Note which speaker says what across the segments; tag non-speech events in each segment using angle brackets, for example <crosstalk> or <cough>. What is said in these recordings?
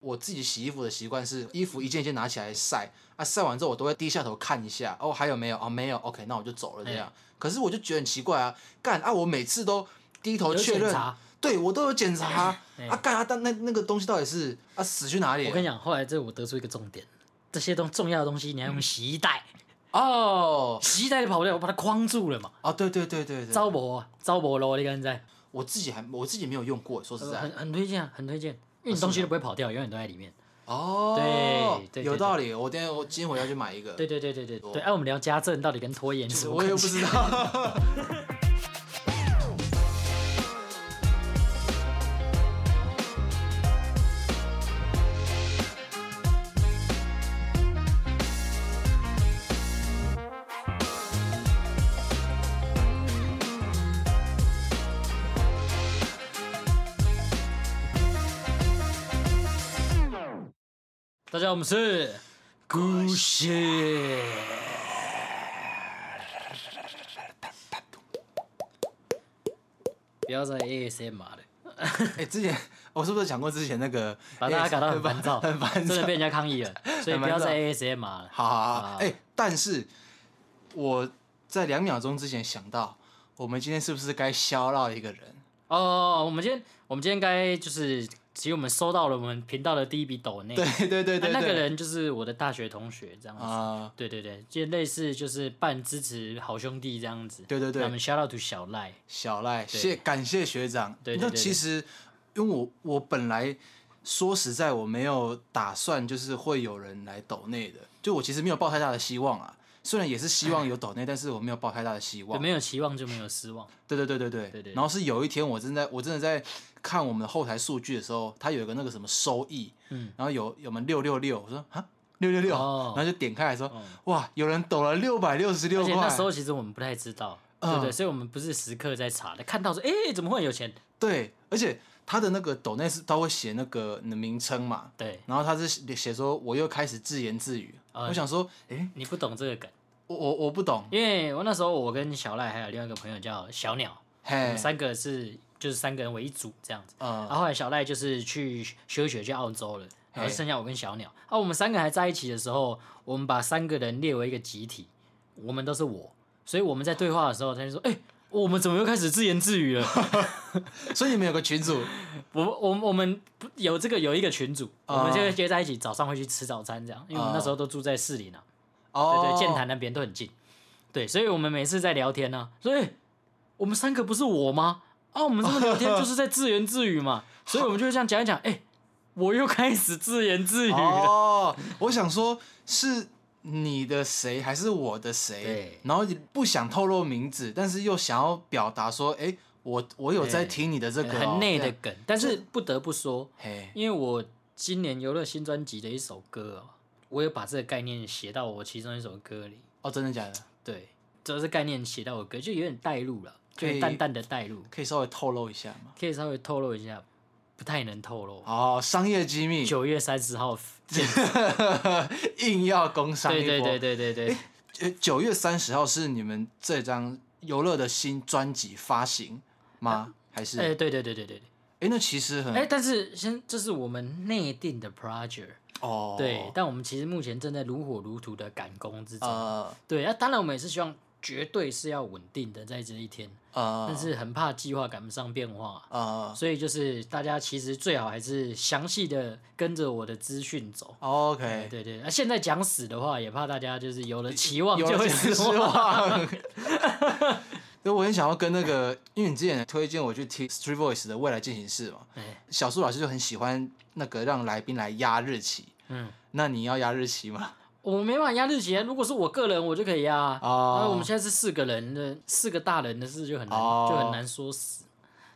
Speaker 1: 我自己洗衣服的习惯是，衣服一件一件拿起来晒，啊，晒完之后我都会低下头看一下，哦，还有没有？哦，没有，OK，那我就走了这
Speaker 2: 哎
Speaker 1: 样。可是我就觉得很奇怪啊，干啊，我每次都低头
Speaker 2: 有
Speaker 1: 哦确
Speaker 2: 检
Speaker 1: 认，
Speaker 2: 查。
Speaker 1: 对我都有检查啊，
Speaker 2: 哎
Speaker 1: 啊干啊，但那那个东西到底是啊死去哪里
Speaker 2: 我
Speaker 1: 了？
Speaker 2: 跟你讲，后来这我得出一个重点，这些东重要的东西你要用洗衣袋，
Speaker 1: 哦
Speaker 2: 洗衣袋就跑不掉，我把它框住了嘛。
Speaker 1: 哦，对对对对对，
Speaker 2: 招博啊，招博喽，你敢在？
Speaker 1: 我自己还我自己没有用过，说实在
Speaker 2: 很，很推荐啊，很推荐，因为你东西都不会跑掉，永远都在里面。
Speaker 1: 哦
Speaker 2: 对，对对
Speaker 1: 有道理。我等一下我今天回家去买一个。
Speaker 2: 对对对对对对。哎、我们聊家政到底跟拖延是什么
Speaker 1: 哦我也
Speaker 2: 关
Speaker 1: 不
Speaker 2: 系？
Speaker 1: 知道。
Speaker 2: 大家好，我们是 <laughs> 故事。不要再 ASMR 了，
Speaker 1: 哎，之前我是不是讲过之前那个
Speaker 2: 把大家搞到很烦
Speaker 1: <laughs>
Speaker 2: 躁，
Speaker 1: 很烦躁
Speaker 2: 真的被人家抗议了，所以不要再 ASMR 了。
Speaker 1: 好好好
Speaker 2: 啊，
Speaker 1: 哎、但是我在两秒钟之前想到，我们今天是不是该消到一个人？
Speaker 2: 哦，我们今天我们今天应该就是，其实我们收到了我们频道的第一笔抖内，
Speaker 1: 对对对对对，
Speaker 2: 哎啊那那个人就是我的大学同学这样子。
Speaker 1: 啊、
Speaker 2: 对对对，就类似就是半支持好兄弟这样子。
Speaker 1: 对对对
Speaker 2: 那我们 shout out to 小赖，
Speaker 1: 小赖，谢感谢学长。
Speaker 2: 对对
Speaker 1: 那
Speaker 2: 对
Speaker 1: 其实因为我我本来说实在我没有打算就是会有人来抖内的，就我其实没有抱太大的希望啊。虽然也是希望有抖内，但是我没有抱太大的希望
Speaker 2: 对，。没有期望就没有
Speaker 1: <laughs>
Speaker 2: 失望。
Speaker 1: 对对对对对
Speaker 2: 对对
Speaker 1: 然后是有一天我正在我真的在看我们的后台数据的时候，它有一个那个什么收益，
Speaker 2: 嗯，
Speaker 1: 然后有有我们六六六，我说啊六六六，
Speaker 2: 哦
Speaker 1: 然后就点开来说、
Speaker 2: 嗯
Speaker 1: 哇，有人抖了六百六十六
Speaker 2: 而且
Speaker 1: 块，
Speaker 2: 那时候其实我们不太知道，对不对？
Speaker 1: 嗯
Speaker 2: 所以我们不是时刻在查的，看到说，哎，怎么会有钱？
Speaker 1: 对，而且他的那个抖内是他会写那个你的名称嘛，
Speaker 2: 对，
Speaker 1: 然后他是写写说我又开始自言自语，
Speaker 2: 啊
Speaker 1: 我想说，哎、
Speaker 2: 你不懂这个梗，
Speaker 1: 我我我不懂，
Speaker 2: 因为我那时候我跟小赖还有另外一个朋友叫小鸟，我
Speaker 1: 嘿
Speaker 2: 们，三个是就是三个人为一组这样子。
Speaker 1: 呃
Speaker 2: 然后后来小赖就是去休学去澳洲了，然
Speaker 1: 嘿
Speaker 2: 后剩下我跟小鸟。啊，我们三个还在一起的时候，我们把三个人列为一个集体，我们都是我，所以我们在对话的时候，他就说：“哎、我们怎么又开始自言自语了 <laughs>
Speaker 1: 所以你们有个群主，
Speaker 2: 我们我们我们不有这个有一个群组，我
Speaker 1: 啊
Speaker 2: 们就会约在一起，早上会去吃早餐这样，因为我们那时候都住在啊市里呢，
Speaker 1: 哦，
Speaker 2: 对对，建潭那边都很近，对，所以我们每次在聊天呢、所以我们三个不是我吗？啊，我们这么聊天就是在自言自语
Speaker 1: <laughs>
Speaker 2: 嘛，所以我们就会这样讲一讲，哎、我又开始自言自
Speaker 1: <laughs>
Speaker 2: 语了，
Speaker 1: 哦，我想说，是你的谁还是我的谁
Speaker 2: 对？
Speaker 1: 然后你不想透露名字，但是又想要表达说，哎、我我有在
Speaker 2: 对
Speaker 1: 听你的这个、哦、
Speaker 2: 很内的
Speaker 1: 这样。
Speaker 2: 梗，但是不得不说，
Speaker 1: 嘿，
Speaker 2: 因为我今年游乐新专辑的一首歌哦，我有把这个概念写到我其中一首歌里，
Speaker 1: 哦，真的假的？
Speaker 2: 对，主要是概念写到我歌，就有点带入了，就
Speaker 1: 可以
Speaker 2: 淡淡的带入，
Speaker 1: 可以稍微透露一下吗？
Speaker 2: 可以稍微透露一下，不太能透露。
Speaker 1: 哦，商业机密，
Speaker 2: 九月三十号见，
Speaker 1: <laughs> 硬要工商一
Speaker 2: 对
Speaker 1: 波。
Speaker 2: 对对对对对，
Speaker 1: 呃，九月三十号是你们这张游乐的新专辑发行吗？还是？哎、嗯
Speaker 2: 哎对对对对对对，
Speaker 1: 那其实很、
Speaker 2: 哎，但是先这是我们内定的 project，
Speaker 1: 哦，
Speaker 2: 对，，但我们其实目前正在如火如荼的赶工之中，
Speaker 1: 呃
Speaker 2: 对，那当然我们也是希望绝对是要稳定的在这一天，
Speaker 1: 呃，
Speaker 2: 但是很怕计划赶不上变化，啊
Speaker 1: 呃
Speaker 2: 所以就是大家其实最好还是详细的跟着我的资讯走。
Speaker 1: 哦，OK，
Speaker 2: 对对对，那、啊现在讲死的话，也怕大家就是有了期望
Speaker 1: 有
Speaker 2: 就
Speaker 1: 了
Speaker 2: 会
Speaker 1: 失
Speaker 2: 失
Speaker 1: 望。 <laughs> 对，我很想要跟那个，因为你之前推荐我去听 Street Voice 的《未来进行式》嘛，
Speaker 2: 哎
Speaker 1: 小树老师就很喜欢那个让来宾来压日期。
Speaker 2: 嗯，
Speaker 1: 那你要压日期吗？
Speaker 2: 我没办法压日期啊，如果是我个人，我就可以压啊。
Speaker 1: 哦
Speaker 2: 那我们现在是四个人的，四个大人的事就很难，
Speaker 1: 哦
Speaker 2: 就很难说死。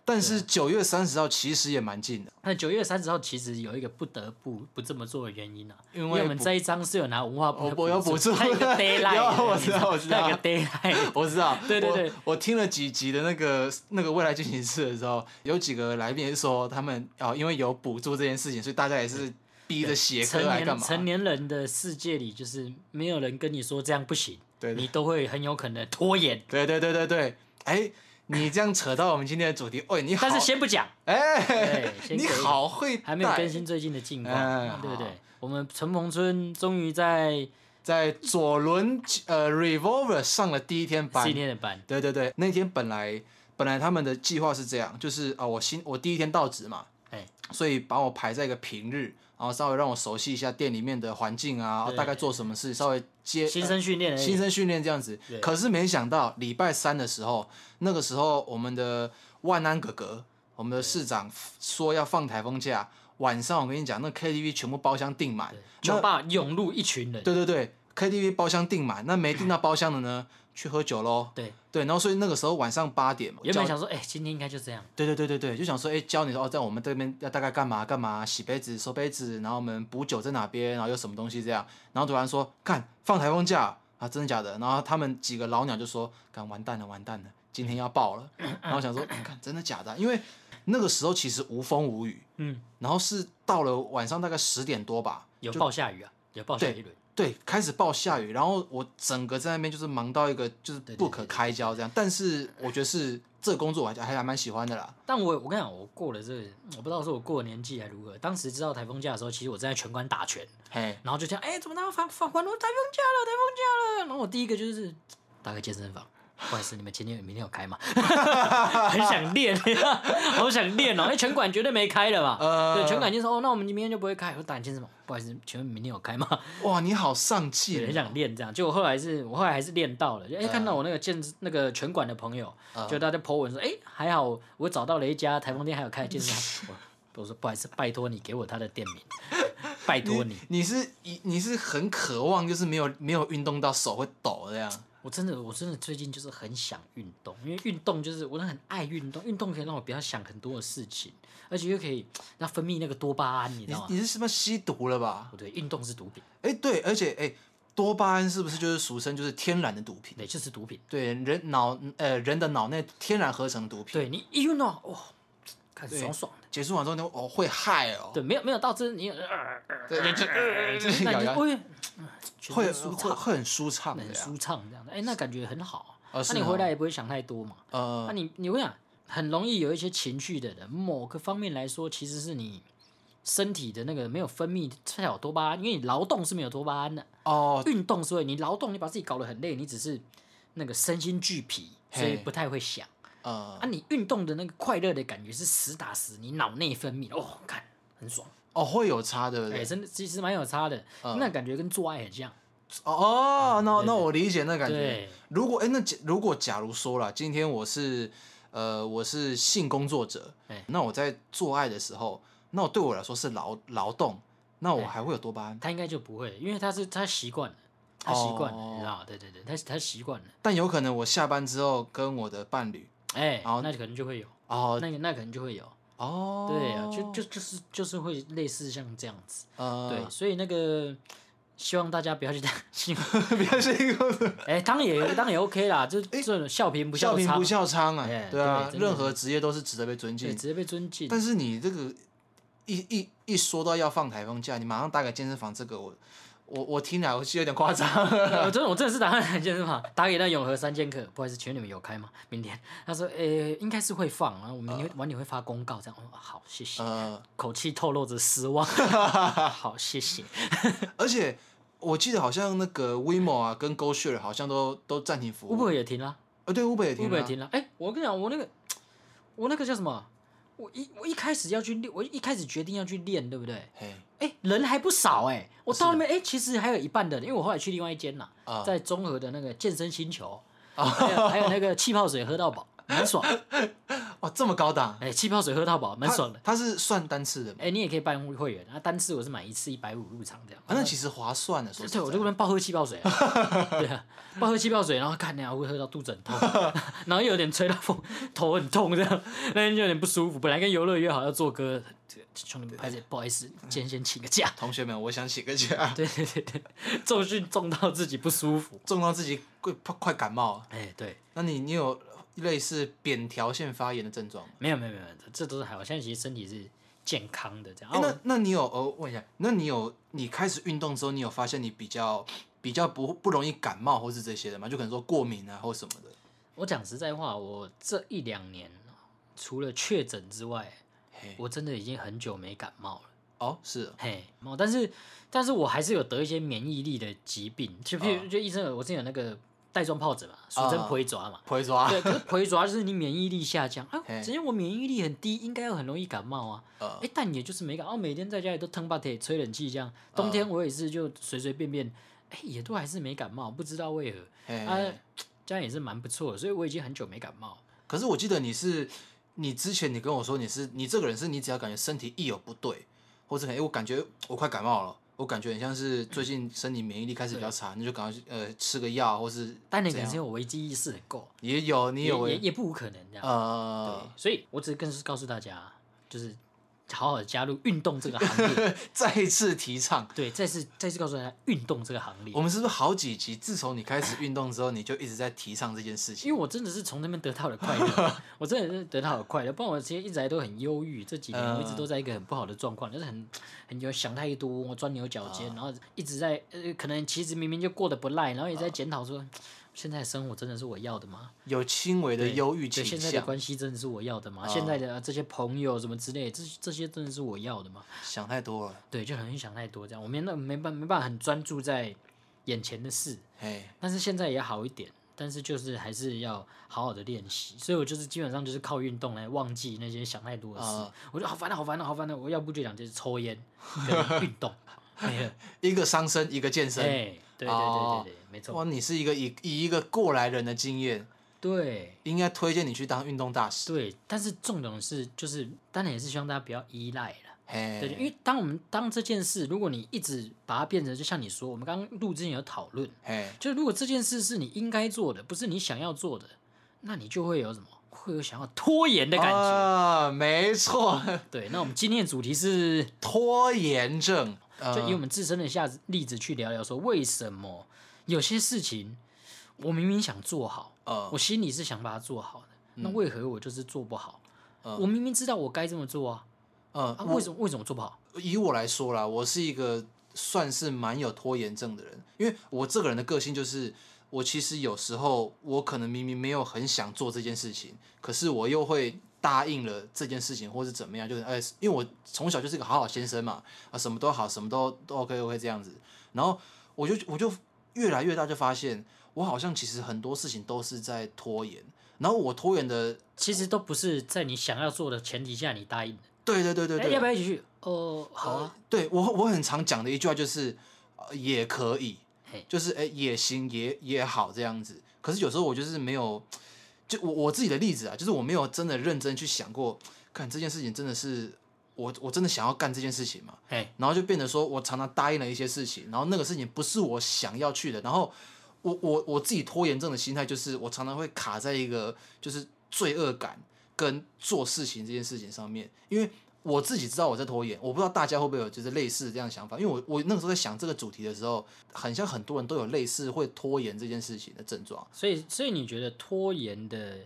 Speaker 1: 但是
Speaker 2: 啊
Speaker 1: 九月三十号其实也蛮近的， <laughs>
Speaker 2: 那九月三十号其实有一个不得不不这么做的原因啊，
Speaker 1: 因为
Speaker 2: 为我们
Speaker 1: 补
Speaker 2: 这一张是有拿文化部的
Speaker 1: 我我有补助 <laughs>
Speaker 2: 它有一个 d a y l i g
Speaker 1: 有
Speaker 2: h
Speaker 1: 我
Speaker 2: t
Speaker 1: 知道我知道
Speaker 2: 它有一个 d a y l i g h t
Speaker 1: 我知道。
Speaker 2: <laughs> 对对对
Speaker 1: 我，我听了几集的那个那个《未来进行式》的时候，有几个来宾也是说他们哦，因为有补助这件事情，所以大家也是逼着写
Speaker 2: 成
Speaker 1: 歌来干
Speaker 2: 年
Speaker 1: 嘛？
Speaker 2: 成年人的世界里，就是没有人跟你说这样不行，
Speaker 1: 对对
Speaker 2: 你都会很有可能拖延。
Speaker 1: 对对对对对，哎，你这样扯到我们今天的主题，喂，你好，
Speaker 2: 但是先不讲，
Speaker 1: 哎
Speaker 2: 对，先
Speaker 1: 你
Speaker 2: 可以
Speaker 1: 好会带，
Speaker 2: 还没有更新最近的近
Speaker 1: 哎
Speaker 2: 况，对不
Speaker 1: 好
Speaker 2: 对？我们陈鹏春终于在
Speaker 1: 在左轮呃 Revolver 上了第一天班
Speaker 2: 今，天的班，
Speaker 1: 对对对，那天本来本来他们的计划是这样，就是啊，我新我第一天到职嘛，
Speaker 2: 哎，
Speaker 1: 所以把我排在一个平日，然后稍微让我熟悉一下店里面的环境啊，
Speaker 2: 对
Speaker 1: 大概做什么事，稍微接呃
Speaker 2: 新生训练而已，
Speaker 1: 新生训练这样子
Speaker 2: 对。
Speaker 1: 可是没想到礼拜三的时候，那个时候我们的万安哥哥，我们的市长说要放台风假，晚上我跟你讲，那 KTV 全部包厢订满
Speaker 2: 对，
Speaker 1: 那
Speaker 2: 酒吧涌入一群人，
Speaker 1: 对对对，KTV 包厢订满，那没订到包厢的呢，去喝酒喽。
Speaker 2: 对
Speaker 1: 对，然后所以那个时候晚上八点嘛，
Speaker 2: 原
Speaker 1: 交
Speaker 2: 本想说，哎，今天应该就这样，
Speaker 1: 对对对对对，就想说，哎，教你说哦，在我们这边要大概干嘛干嘛，洗杯子、收杯子，然后我们补酒在哪边，然后有什么东西这样，然后突然说，看放台风假啊，真的假的？然后他们几个老鸟就说，干完蛋了，完蛋了，今天要爆了。然后想说，看真的假的？因为那个时候其实无风无雨，
Speaker 2: 嗯，
Speaker 1: 然后是到了晚上大概十点多吧，
Speaker 2: 有暴下雨啊，有暴下
Speaker 1: 对
Speaker 2: 一轮，
Speaker 1: 对，开始暴下雨，然后我整个在那边就是忙到一个就是
Speaker 2: 对对
Speaker 1: 不可开交这样，但是我觉得是这个工作我还还还蛮喜欢的啦，
Speaker 2: 但我我跟你讲，我过了这个，我不知道是我过了年纪还如何。当时知道台风假的时候，其实我正在拳馆打拳，
Speaker 1: 嘿，
Speaker 2: 然后就这样，哎、怎么他放放完了台风假了，台风假了。然后我第一个就是打开健身房，不好意思，你们今天明天有开吗？ <laughs> 很想练，好想练哦。哎、拳馆绝对没开了嘛。
Speaker 1: 呃
Speaker 2: 对，拳馆就说哦，那我们明天就不会开。我打健身房，不好意思，请问明天有开吗？
Speaker 1: 哇，你好上
Speaker 2: 对
Speaker 1: 进
Speaker 2: 很想练这样，结果后来是我后来还是练到了，就哎、看到我那个健那个拳馆的朋友，就大家 po 文说，哎、还好我找到了一家台风店，还有开健身 <laughs> 房。我我说不好意思，拜托你给我他的店名，拜托你，
Speaker 1: 你是你你是很渴望，就是没有没有运动到手会抖这样。
Speaker 2: 我真的我真的最近就是很想运动，因为运动就是我真的很爱运动，运动可以让我不要想很多的事情，而且又可以让分泌那个多巴胺，你知
Speaker 1: 你
Speaker 2: 道吗？
Speaker 1: 你是什么吸毒了吧？
Speaker 2: 不对，运动是毒品，
Speaker 1: 哎、对，而且哎、多巴胺是不是就是俗称就是天然的毒品？
Speaker 2: 对，就是毒品。
Speaker 1: 对，人脑呃人的脑内天然合成的毒品。
Speaker 2: 对你一运动，哇、看
Speaker 1: 对
Speaker 2: 爽爽的。
Speaker 1: 结束完之后呢，哦会嗨哦。
Speaker 2: 对，没有没有到这你有。呃
Speaker 1: 对，
Speaker 2: <laughs>
Speaker 1: 就呃就是
Speaker 2: 那
Speaker 1: 咬
Speaker 2: 你哦
Speaker 1: 牙，
Speaker 2: 会
Speaker 1: 会
Speaker 2: 全身舒
Speaker 1: 会
Speaker 2: 畅，
Speaker 1: 会很舒畅的
Speaker 2: 很
Speaker 1: 呀。
Speaker 2: 舒畅这样的，哎，那感觉很好。
Speaker 1: 哦是
Speaker 2: 那你
Speaker 1: 哦
Speaker 2: 回来也不会想太多嘛。那
Speaker 1: 呃，
Speaker 2: 你你会想，很容易有一些情绪的人，某个方面来说，其实是你身体的那个没有分泌太好多巴胺，因为你劳动是没有多巴胺的，
Speaker 1: 哦，
Speaker 2: 运动是会你劳动，你把自己搞得很累，你只是那个身心俱疲，所以
Speaker 1: 嘿
Speaker 2: 不太会想。
Speaker 1: 呃
Speaker 2: 啊，，你运动的那个快乐的感觉是实打实，你脑内分泌哦，看很爽，
Speaker 1: 哦，会有差，对不嗯
Speaker 2: 哎，
Speaker 1: 对？
Speaker 2: 真的其实蛮有差的，那感觉跟做爱很像。
Speaker 1: 哦，那
Speaker 2: 嗯对
Speaker 1: 那我理解那感觉
Speaker 2: 对。
Speaker 1: 如果哎，那假如果假如说啦，今天我是呃我是性工作者
Speaker 2: 哎，
Speaker 1: 那我在做爱的时候，那我对我来说是劳劳动，那我
Speaker 2: 哎
Speaker 1: 还会有多巴胺，
Speaker 2: 他应该就不会，因为他是他习惯了，他习惯了，
Speaker 1: 哦
Speaker 2: 你知道吗？对对对，他他习惯了，
Speaker 1: 但有可能我下班之后跟我的伴侣，
Speaker 2: 哎、
Speaker 1: 哦
Speaker 2: 那就可能就会有，
Speaker 1: 哦
Speaker 2: 那个那可能就会有，
Speaker 1: 哦，
Speaker 2: 对啊，就就就是就是会类似像这样子，
Speaker 1: 呃
Speaker 2: 对，所以那个希望大家不要去当性，
Speaker 1: <laughs> 不要性工作，
Speaker 2: <laughs> 哎、当然也当然也 OK 啦，就这种笑贫不
Speaker 1: 笑贫
Speaker 2: 娼
Speaker 1: 不，笑娼啊
Speaker 2: 哎，
Speaker 1: 对啊，
Speaker 2: 对真的
Speaker 1: 任何职业都是值得被尊
Speaker 2: 对，
Speaker 1: 敬
Speaker 2: 直。接被
Speaker 1: <laughs>
Speaker 2: 尊敬，
Speaker 1: 但是你这个一一一说到要放台风假，你马上打给健身房，这个我我我听来我是有点夸张。
Speaker 2: <laughs> 我真的我真的是打算 <laughs> 很健身房，打给那永和三剑客，不好意思，请问你们有开吗？明天他说，呃、应该是会放，然后我们明
Speaker 1: 嗯
Speaker 2: 天晚点会发公告，这样，哦，好，谢谢，
Speaker 1: 呃，
Speaker 2: 口气透露着失 <laughs> 望，好，谢谢，
Speaker 1: 而且我记得好像那个 WeMo 啊跟 GoShare 好像都都暂停服务。
Speaker 2: Uber 也停了
Speaker 1: 呃，对，Uber 也停了
Speaker 2: ，Uber
Speaker 1: 啊。
Speaker 2: 也停了。哎、我跟你讲，我那个，我那个叫什么？我一我一开始要去练，我一开始决定要去练，对不对？
Speaker 1: 嘿，
Speaker 2: 哎、人还不少哎、我到那边哎、其实还有一半的人，因为我后来去另外一间啦，
Speaker 1: 啊
Speaker 2: 在中和的那个健身星球，还有还有那个气泡水喝到饱，蛮爽。
Speaker 1: 哇，哦这么高档，
Speaker 2: 哎、气泡水喝到饱，蛮爽的。
Speaker 1: 它。它是算单次的吗？
Speaker 2: 哎、你也可以办会员，啊，单次我是买一次一百五入场这样。
Speaker 1: 啊，那其实划算的，说实
Speaker 2: 对，我
Speaker 1: 在
Speaker 2: 就跟他们暴喝气泡水、
Speaker 1: <laughs>
Speaker 2: 啊，对啊，暴喝气泡水，然后看那我会喝到肚子很痛， <laughs> 然后又有点吹到风，头很痛这样，那天就有点不舒服。本来跟游乐约好要做歌，兄弟们拍不好意思，今天先请个假。 <laughs>
Speaker 1: 同学们，我想请个假，
Speaker 2: 对对对对，重训重到自己不舒服。
Speaker 1: 重到自己快快感冒了。
Speaker 2: 哎、对，
Speaker 1: 那你你有类似扁桃腺发炎的症状吗？
Speaker 2: 没有没有没有，这都是还好，现在其实身体是健康的这样。
Speaker 1: 哎、
Speaker 2: 啊我
Speaker 1: 那那你有呃，问一下，那你有你开始运动之后，你有发现你比较比较不不容易感冒或是这些的吗？就可能说过敏啊或什么的。
Speaker 2: 我讲实在话，我这一两年除了确诊之外，
Speaker 1: 嘿，
Speaker 2: 我真的已经很久没感冒了。
Speaker 1: 哦，是
Speaker 2: 嘿，哦，但是但是我还是有得一些免疫力的疾病，就譬如
Speaker 1: 啊
Speaker 2: 就医生有，我之前有那个带状疱疹嘛，俗
Speaker 1: <laughs>
Speaker 2: 称
Speaker 1: 啊
Speaker 2: 皮抓嘛。
Speaker 1: 回抓，
Speaker 2: 对，可是皮抓就是你免疫力下降啊，
Speaker 1: 嘿
Speaker 2: 只要我免疫力很低，应该要很容易感冒啊。
Speaker 1: 呃
Speaker 2: 哎、，但也就是没感冒，每天在家里都腾把腿吹冷气这样。冬
Speaker 1: 哦
Speaker 2: 天我也是就随随便便，哎、也都还是没感冒，不知道为何
Speaker 1: 嘿
Speaker 2: 啊，这样也是蛮不错的，所以我已经很久没感冒。
Speaker 1: 可是我记得你是，你之前你跟我说你是你这个人是你只要感觉身体一有不对，或者哎、诶我感觉我快感冒了，我感觉很像是最近身体免疫力开始比较差，你就赶快去呃吃个药或是
Speaker 2: 但你
Speaker 1: 怎
Speaker 2: 可能
Speaker 1: 样
Speaker 2: 是因为我危机意识很够，
Speaker 1: 也有你
Speaker 2: 也
Speaker 1: 有
Speaker 2: 也
Speaker 1: 为
Speaker 2: 也不无可能这样。对
Speaker 1: 呃，
Speaker 2: 所以我只是更是告诉大家，就是好好地加入运动这个
Speaker 1: <laughs>
Speaker 2: 行列。
Speaker 1: 再一次提倡。
Speaker 2: 对，再次再次告诉大家，运动这个行列
Speaker 1: 我，们是不是好几集？自从你开始运动之后，你就一直在提倡这件事情
Speaker 2: 因为我真的是从那边得到了
Speaker 1: <laughs>
Speaker 2: 快乐，我真的是得到了快乐，不然我其实一直来都很忧郁，这几年
Speaker 1: 嗯
Speaker 2: 我一直都在一个很不好的状况，就是很很有想太多，我钻牛角
Speaker 1: 哦
Speaker 2: 尖，然后一直在呃，可能其实明明就过得不赖，然后
Speaker 1: 哦
Speaker 2: 也在检讨说，现在的生活真的是我要的吗？
Speaker 1: 有轻微的忧郁
Speaker 2: 对，
Speaker 1: 倾
Speaker 2: 现在的
Speaker 1: 向，
Speaker 2: 关系真的是我要的吗？
Speaker 1: 哦
Speaker 2: 现在的这些朋友什么之类，这这些真的是我要的吗？
Speaker 1: 想太多了。
Speaker 2: 对，就很容易想太多，这样我没那没办没办法很专注在眼前的事，
Speaker 1: 嘿，
Speaker 2: 但是现在也好一点，但是就是还是要好好的练习，所以我就是基本上就是靠运动来忘记那些想太多的事，
Speaker 1: 啊
Speaker 2: 我就好烦啊，好烦啊，好烦啊，我要不就两件事抽烟
Speaker 1: <laughs>
Speaker 2: 跟运动，没了，
Speaker 1: 一个伤身，一个健
Speaker 2: 哎、
Speaker 1: 身。
Speaker 2: 对对对
Speaker 1: 哦
Speaker 2: 对对，没错，
Speaker 1: 哇，你是一个以以一个过来人的经验，
Speaker 2: 对
Speaker 1: 应该推荐你去当运动大使。
Speaker 2: 对，但是重点是就是，当然也是希望大家不要依赖了。
Speaker 1: 嘿，
Speaker 2: 对，因为当我们当这件事，如果你一直把它变成，就像你说，我们刚刚录之前有讨论，
Speaker 1: 嘿，
Speaker 2: 就如果这件事是你应该做的，不是你想要做的，那你就会有什么？会有想要拖延的感觉。
Speaker 1: 啊，没错， <laughs>
Speaker 2: 对，那我们今天的主题是，
Speaker 1: 拖延症。呃
Speaker 2: 就以我们自身的下例子去聊聊，说为什么有些事情我明明想做好，
Speaker 1: 呃
Speaker 2: 我心里是想把它做好的，那为何我就是做不好？
Speaker 1: 嗯
Speaker 2: 我明明知道我该这么做啊，
Speaker 1: 呃，
Speaker 2: 啊，
Speaker 1: 我
Speaker 2: 为什么为什么做不好？
Speaker 1: 以我来说啦，我是一个算是蛮有拖延症的人，因为我这个人的个性就是，我其实有时候我可能明明没有很想做这件事情，可是我又会答应了这件事情，或是怎么样，就是哎，因为我从小就是个好好先生嘛，啊，什么都好，什么都都 OK OK 这样子，然后我就我就越来越大就发现，我好像其实很多事情都是在拖延，然后我拖延的。
Speaker 2: 其实都不是在你想要做的前提下你答应的。
Speaker 1: 对对对对嗯
Speaker 2: 哎，
Speaker 1: 对，
Speaker 2: 要不要一起去？哦，好啊，
Speaker 1: 呃对我我很常讲的一句话就是，呃、也可以
Speaker 2: 嘿，
Speaker 1: 就是哎、也行也也好这样子。可是有时候我就是没有，就我我自己的例子啊，就是我没有真的认真去想过，看这件事情真的是我我真的想要干这件事情嘛？
Speaker 2: 哎，
Speaker 1: 然后就变得说我常常答应了一些事情，然后那个事情不是我想要去的，然后我我我自己拖延症的心态就是我常常会卡在一个就是罪恶感跟做事情这件事情上面，因为我自己知道我在拖延，我不知道大家会不会有就是类似这样的想法，因为我我那个时候在想这个主题的时候，很像很多人都有类似会拖延这件事情的症状，
Speaker 2: 所以，所以你觉得拖延的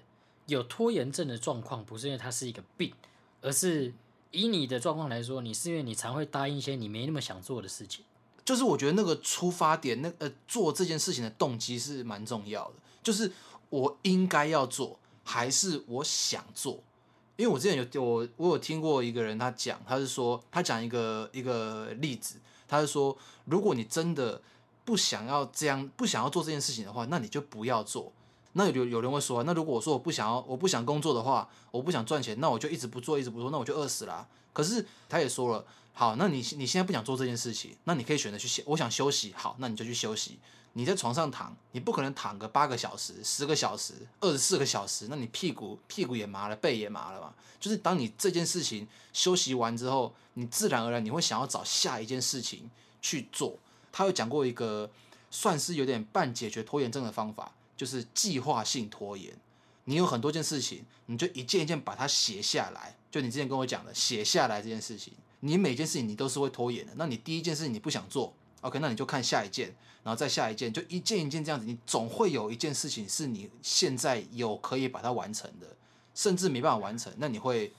Speaker 2: 有拖延症的状况，不是因为它是一个病，而是以你的状况来说，你是因为你常会答应一些你没那么想做的事情。
Speaker 1: 就是我觉得那个出发点，那呃做这件事情的动机是蛮重要的，就是我应该要做，还是我想做？因为我之前有我我有听过一个人他讲，他是说他讲一个一个例子，他是说如果你真的不想要这样，不想要做这件事情的话，那你就不要做。那有有人会说，那如果我说我不想要，我不想工作的话，我不想赚钱，那我就一直不做，一直不做，那我就饿死啦、可是他也说了，好，那你你现在不想做这件事情，那你可以选择去休，我想休息，好，那你就去休息。你在床上躺，你不可能躺个八个小时、十个小时、二十四个小时，那你屁股屁股也麻了，背也麻了嘛。就是当你这件事情休息完之后，你自然而然你会想要找下一件事情去做。他有讲过一个算是有点半解决拖延症的方法，就是计划性拖延。你有很多件事情，你就一件一件把它写下来。就你之前跟我讲的，写下来这件事情，你每件事情你都是会拖延的。那你第一件事情你不想做，OK，那你就看下一件，然后再下一件，就一件一件这样子，你总会有一件事情是你现在有可以把它完成的，甚至没办法完成，那你会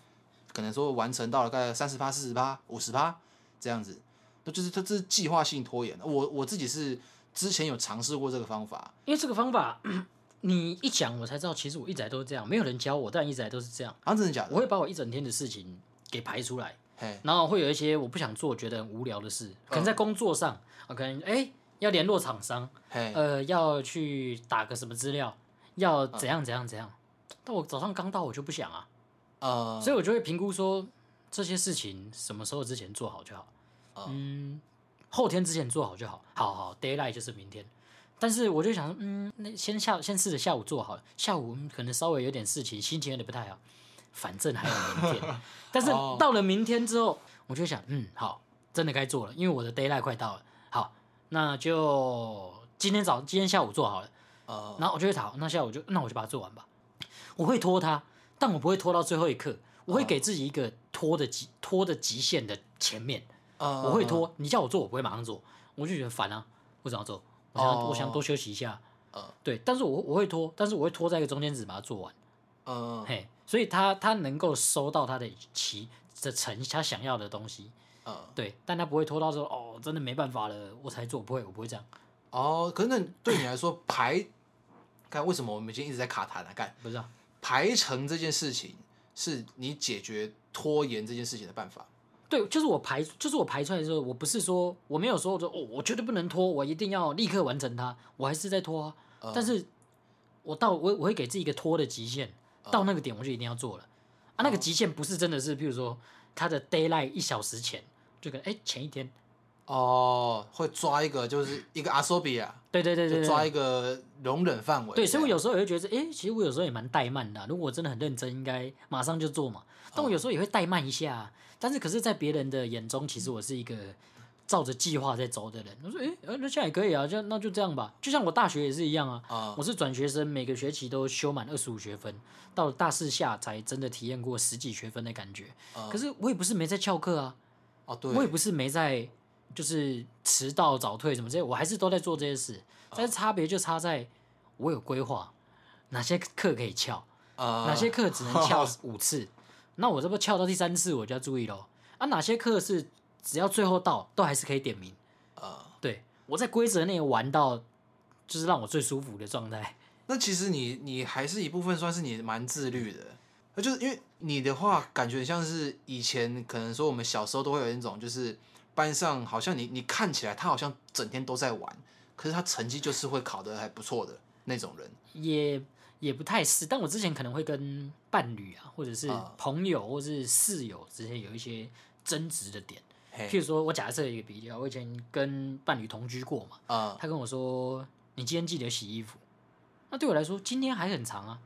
Speaker 1: 可能说完成到了大概三十趴、四十趴、五十趴这样子，那就是它这是计划性拖延。我我自己是之前有尝试过这个方法，
Speaker 2: 因为这个方法， <coughs> 你一讲，我才知道，其实我一直来都是这样，没有人教我，但一直来都是这样。
Speaker 1: 啊，真的假
Speaker 2: 我
Speaker 1: 的？
Speaker 2: 会把我一整天的事情给排出来，
Speaker 1: 嘿，
Speaker 2: 然后会有一些我不想做、觉得很无聊的事，可能在工作上，啊，可能哎、要联络厂商，
Speaker 1: 嘿，
Speaker 2: 呃，要去打个什么资料，要怎样怎样怎样。但我早上刚到，我就不想啊，
Speaker 1: 呃，
Speaker 2: 所以我就会评估说这些事情什么时候之前做好就好，
Speaker 1: 哦
Speaker 2: 嗯，后天之前做好就好，好好 d a y l i g h t 就是明天。但是我就想说，嗯，那先下先试着下午做好了，下午嗯可能稍微有点事情，心情有点不太好，反正还有明天。
Speaker 1: <laughs>
Speaker 2: 但是
Speaker 1: 哦
Speaker 2: 到了明天之后，我就想，嗯，好，真的该做了，因为我的 d a y l i g h t 快到了，好，那就今天早今天下午做好了。
Speaker 1: 呃，
Speaker 2: 然后我就会好，那下午就那我就把它做完吧。我会拖它，但我不会拖到最后一刻，我会给自己一个拖的极拖的极限的前面，
Speaker 1: 呃，
Speaker 2: 我会拖。你叫我做，我不会马上做，我就觉得烦啊，我想要做，我想要、我想多休息一下。
Speaker 1: 呃，
Speaker 2: 对，但是我我会拖，但是我会拖在一个中间值把它做完。
Speaker 1: 呃，
Speaker 2: 嘿，所以他他能够收到他的其的成他想要的东西，
Speaker 1: 呃，
Speaker 2: 对，但他不会拖到说哦，真的没办法了，我才做，不会，我不会这样，
Speaker 1: 哦，可是那对你来说排，看为什么我们今天一直在卡痰啊？干
Speaker 2: 不是、啊。
Speaker 1: 排程这件事情是你解决拖延这件事情的办法。
Speaker 2: 对，就是我排，就是我排出来的时候，我不是说我没有说我说哦，我绝对不能拖，我一定要立刻完成它，我还是在拖啊。
Speaker 1: 呃
Speaker 2: 但是我到我我会给自己一个拖的极限，到那个点我就一定要做了啊。那个极限不是真的是，譬如说它的 d a y l i g h t 一小时前，就可能哎前一天，
Speaker 1: 哦，会抓一个就是一个阿索比啊，
Speaker 2: 对对对对
Speaker 1: 就抓一
Speaker 2: 对，
Speaker 1: 个容忍范围。
Speaker 2: 对，所以我
Speaker 1: 这样
Speaker 2: 有时候也会觉得，哎，其实我有时候也蛮怠慢的啊、如果我真的很认真，应该马上就做嘛。但我有时候也会怠慢一下啊，但是可是，在别人的眼中，其实我是一个照着计划在走的人。我说，哎、呃那这样也可以啊，这样那就这样吧。就像我大学也是一样啊，
Speaker 1: 啊
Speaker 2: 我是转学生，每个学期都修满二十五学分，到了大四下才真的体验过十几学分的感觉。
Speaker 1: 啊
Speaker 2: 可是我也不是没在翘课啊，
Speaker 1: 哦，对，
Speaker 2: 我也不是没在就是迟到早退什么这些，我还是都在做这些事。但是差别就差在我有规划，哪些课可以翘，
Speaker 1: 呃
Speaker 2: 哪些课只能翘五次，那我这不翘到第三次我就要注意喽。啊，哪些课是只要最后到都还是可以点名？
Speaker 1: 呃，
Speaker 2: 对我在规则内玩到就是让我最舒服的状态。
Speaker 1: 那其实你你还是一部分算是你蛮自律的，那就是因为你的话，感觉像是以前可能说我们小时候都会有那种，就是班上好像你你看起来他好像整天都在玩，可是他成绩就是会考得还不错的那种人。
Speaker 2: 也也不太是，但我之前可能会跟伴侣啊，或者是
Speaker 1: 啊
Speaker 2: 朋友，或是室友之间有一些争执的点。譬
Speaker 1: 嘿，
Speaker 2: 如说，我假设一个比较，啊我以前跟伴侣同居过嘛，
Speaker 1: 啊
Speaker 2: 他跟我说：“你今天记得洗衣服。”那对我来说，今天还很长啊。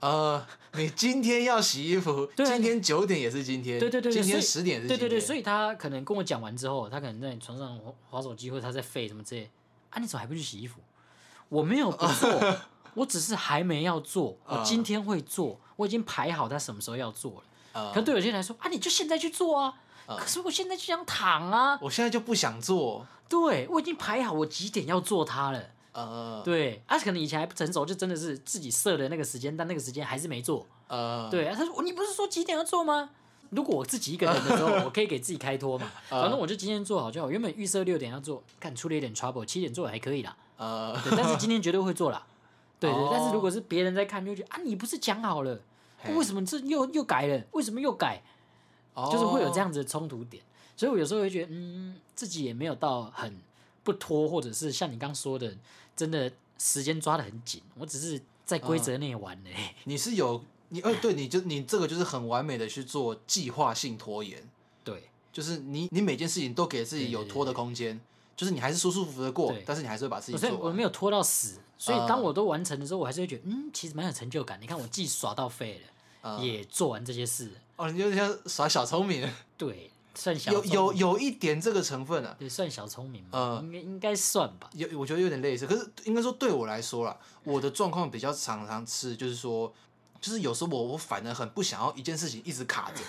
Speaker 1: 呃，你今天要洗衣服，
Speaker 2: 对啊
Speaker 1: 今天九点也是今天，
Speaker 2: 对对对，
Speaker 1: 今
Speaker 2: 所以
Speaker 1: 天十点也是
Speaker 2: 对
Speaker 1: 今
Speaker 2: 对
Speaker 1: 天，
Speaker 2: 对，所
Speaker 1: 以
Speaker 2: 以他可能跟我讲完之后，他可能在床上划划手机，或者他在废什么之类。啊，你怎么还不去洗衣服？我没有不
Speaker 1: <laughs>
Speaker 2: 做，我只是还没要做，我
Speaker 1: 嗯
Speaker 2: 今天会做，我已经排好他什么时候要做了。可
Speaker 1: 呃，
Speaker 2: 对有些人来说啊，你就现在去做啊。
Speaker 1: 嗯
Speaker 2: 可是我现在就想躺啊，
Speaker 1: 我现在就不想做，
Speaker 2: 对我已经排好我几点要做它了。
Speaker 1: 呃，
Speaker 2: 对，啊，可能以前还不成熟，就真的是自己设的那个时间，但那个时间还是没做。
Speaker 1: 呃，
Speaker 2: 对啊，他说你不是说几点要做吗？如果我自己一个人的时
Speaker 1: <laughs>
Speaker 2: 候，我可以给自己开脱嘛。
Speaker 1: 嗯
Speaker 2: 反正我就今天做好就好。原本预设六点要做，看出了一点 trouble，七点做还可以啦。
Speaker 1: 呃，
Speaker 2: 对，但是今天绝对会做啦。对对，
Speaker 1: 哦
Speaker 2: 但是如果是别人在看，就觉得啊，你不是讲好了，哦
Speaker 1: 嘿
Speaker 2: 为什么这又又改了？为什么又改？
Speaker 1: 哦
Speaker 2: 就是会有这
Speaker 1: 样。
Speaker 2: 样子的冲突点。所以我有时候会觉得，嗯，自己也没有到很不拖，或者是像你刚说的，真的时间抓的很紧，我只是在规
Speaker 1: 嗯
Speaker 2: 则内玩嘞、
Speaker 1: 你是有你呃，对，你就你这个就是很完美的去做计划性拖延，
Speaker 2: <laughs> 对
Speaker 1: 就是你你每件事情都给自己有拖的空间，就是你还是舒舒服服的过
Speaker 2: 对，
Speaker 1: 但是你还是会把事情
Speaker 2: 所以
Speaker 1: 做
Speaker 2: 我
Speaker 1: 完。
Speaker 2: 没有拖到死。所以当
Speaker 1: 嗯
Speaker 2: 我都完成的时候，我还是会觉得，嗯，其实蛮有成就感。你看，我既耍到废了，
Speaker 1: 嗯
Speaker 2: 也做完这些事了，
Speaker 1: 哦，你就像耍小聪明，
Speaker 2: 对，算 <laughs> 小
Speaker 1: 有
Speaker 2: 聪
Speaker 1: 有
Speaker 2: 明
Speaker 1: 有一点这个成分啊，
Speaker 2: 对算小聪明嘛，
Speaker 1: 嗯
Speaker 2: 应该应该算吧。
Speaker 1: 有我觉得有点类似，可是应该说对我来说啦，我的状况比较常常是就是说，就是有时候我我反而很不想要一件事情一直卡着，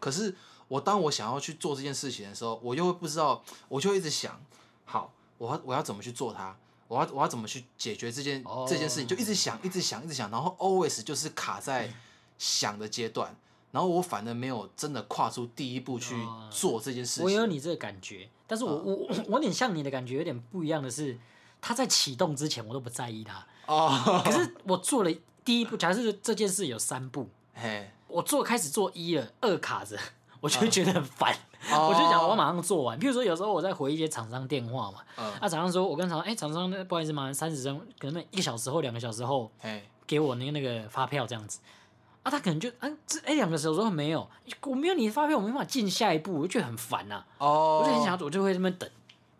Speaker 1: 可是我当我想要去做这件事情的时候，我又会不知道，我就会一直想，好，我要我要怎么去做它，我要我要怎么去解决这件、
Speaker 2: 哦
Speaker 1: 这件事情，就一直想，一直想，一直想，然后 always 就是卡在想的阶段，然后我反而没有真的跨出第一步去
Speaker 2: 哦
Speaker 1: 做这件事情。
Speaker 2: 我有你这个感觉，
Speaker 1: 嗯
Speaker 2: <coughs> 但是我、我我有点像你的感觉，有点不一样的是，他在启动之前我都不在意他，
Speaker 1: 哦，
Speaker 2: 可是我做了第一步，假设这件事有三步，
Speaker 1: 嘿，
Speaker 2: 我做开始做一了，二卡着，我就会觉得很烦，
Speaker 1: 哦
Speaker 2: 我就想我要马上做完。譬如说有时候我在回一些厂商电话嘛，
Speaker 1: 嗯，
Speaker 2: 啊厂商说我跟厂商哎厂商不好意思麻烦三十分可能一个小时后两个小时后
Speaker 1: 嘿，
Speaker 2: 给我那个那个发票这样子。啊，他可能就啊，这哎两个小时后没有，我没有你的发票，我没办法进下一步，我就觉得很烦呐、啊
Speaker 1: 哦，
Speaker 2: 我就很想，我就会在那边等，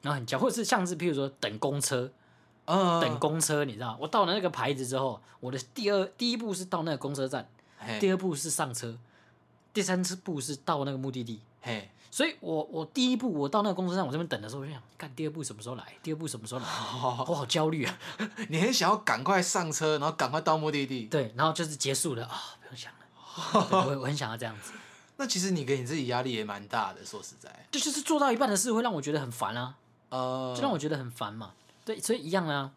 Speaker 2: 然后很焦，或者是像是譬如说等公车，
Speaker 1: 嗯，
Speaker 2: 等公车，你知道，我到了那个牌子之后，我的第二第一步是到那个公车站，
Speaker 1: 嘿，
Speaker 2: 第二步是上车，第三次步是到那个目的地。
Speaker 1: 嘿，
Speaker 2: 所以我我第一步我到那个公车站，我这边等的时候，我就想，干第二步什么时候来？第二步什么时候来？我好焦虑啊！
Speaker 1: 你很想要赶快上车，然后赶快到目的地。
Speaker 2: 对，然后就是结束了啊、不用想了。对我我很想要这样子，
Speaker 1: 那其实你给你自己压力也蛮大的，说实在，
Speaker 2: 这就是做到一半的事会让我觉得很烦啊。
Speaker 1: 呃，
Speaker 2: 就让我觉得很烦嘛。对，所以一样啊，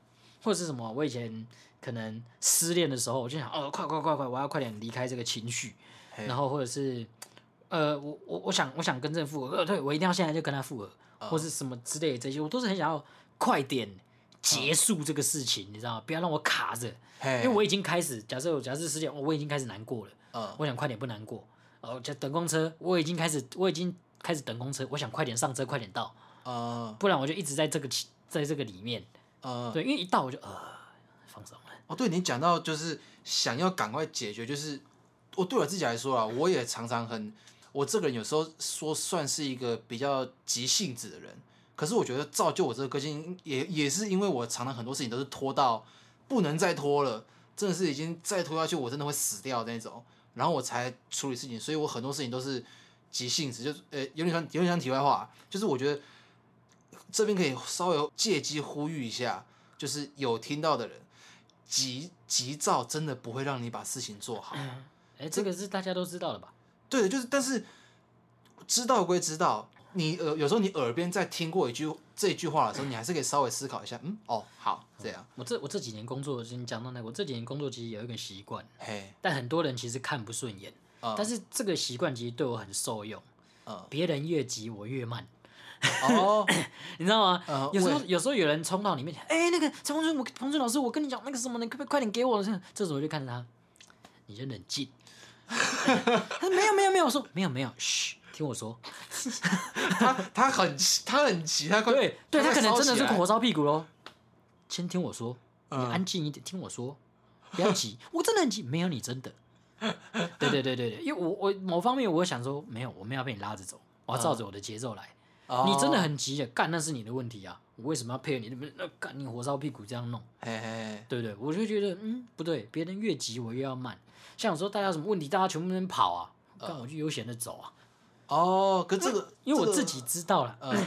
Speaker 2: 或者是什么？我以前可能失恋的时候，我就想，哦，快快快快，我要快点离开这个情绪。
Speaker 1: 嘿
Speaker 2: 然后或者是，呃，我我我想我想跟这个复合，呃，对我一定要现在就跟他复合，
Speaker 1: 嗯
Speaker 2: 或是什么之类的这些，我都是很想要快点结束这个事情，你知道吗？不要让我卡着，
Speaker 1: 嗯嘿，
Speaker 2: 因为我已经开始，假设我假设失恋，我我已经开始难过了，
Speaker 1: 嗯，
Speaker 2: 我想快点不难过。哦，就等公车，我已经开始，我已经开始等公车，我想快点上车，快点到。
Speaker 1: 呃，
Speaker 2: 不然我就一直在这个其在这个里面。
Speaker 1: 呃，
Speaker 2: 对，因为一到我就呃放松了。
Speaker 1: 哦，对你讲到就是想要赶快解决，就是我对我自己来说啊，我也常常很，我这个人有时候说算是一个比较急性子的人，可是我觉得造就我这个个性，也也是因为我常常很多事情都是拖到不能再拖了，真的是已经再拖下去我真的会死掉的那种，然后我才处理事情，所以我很多事情都是急性子，就是呃有点像有点像题外话，就是我觉得这边可以稍微借机呼吁一下，就是有听到的人。急急躁真的不会让你把事情做好。
Speaker 2: 哎，这个是大家都知道的吧？
Speaker 1: 对的，就是但是知道归知道，你呃有时候你耳边在听过一句这句话的时候，你还是可以稍微思考一下，嗯，哦，好，这样，
Speaker 2: 我这我这几年工作，你讲到那个，我这几年工作其实有一个习惯，
Speaker 1: 嘿，
Speaker 2: 但很多人其实看不顺眼，
Speaker 1: 嗯
Speaker 2: 但是这个习惯其实对我很受用。
Speaker 1: 嗯
Speaker 2: 别人越急我越慢， <coughs>
Speaker 1: 哦，
Speaker 2: 你知道吗？
Speaker 1: 呃
Speaker 2: 有时候
Speaker 1: 喂
Speaker 2: 有时候有人冲到你面前，哎、那个陈鹏春，我彭春老师，我跟你讲那个什么，你可不可以快点给我？这时候我就看着他，你先冷
Speaker 1: <laughs>
Speaker 2: 静。 <laughs> 他说没有没有没有，我说没有没有，嘘，听我说。
Speaker 1: 他他很他很急，他快
Speaker 2: 对对，他
Speaker 1: 快
Speaker 2: 可能
Speaker 1: 烧
Speaker 2: 真的
Speaker 1: 起
Speaker 2: 是
Speaker 1: 来
Speaker 2: 火烧屁股喽。先听我说，你
Speaker 1: 嗯
Speaker 2: 安静一点，听我说，不要急，我真的很急，没有你真的。对对对对对，因为我我某方面我想说，没有，我没有要被你拉着走，我要照
Speaker 1: 嗯
Speaker 2: 着我的节奏来。
Speaker 1: 哦
Speaker 2: 你真的很急的，干那是你的问题啊，我为什么要配合你？那边那干你火烧屁股这样弄，
Speaker 1: 哦嘿嘿
Speaker 2: 对不对？我就觉得嗯不对，别人越急我越要慢。像有时候大家有什么问题，大家全部在那边跑啊，干我就悠闲的走啊，
Speaker 1: 哦，可这个
Speaker 2: 因
Speaker 1: 嗯
Speaker 2: 为
Speaker 1: 这个
Speaker 2: 我自己知道了，
Speaker 1: 嗯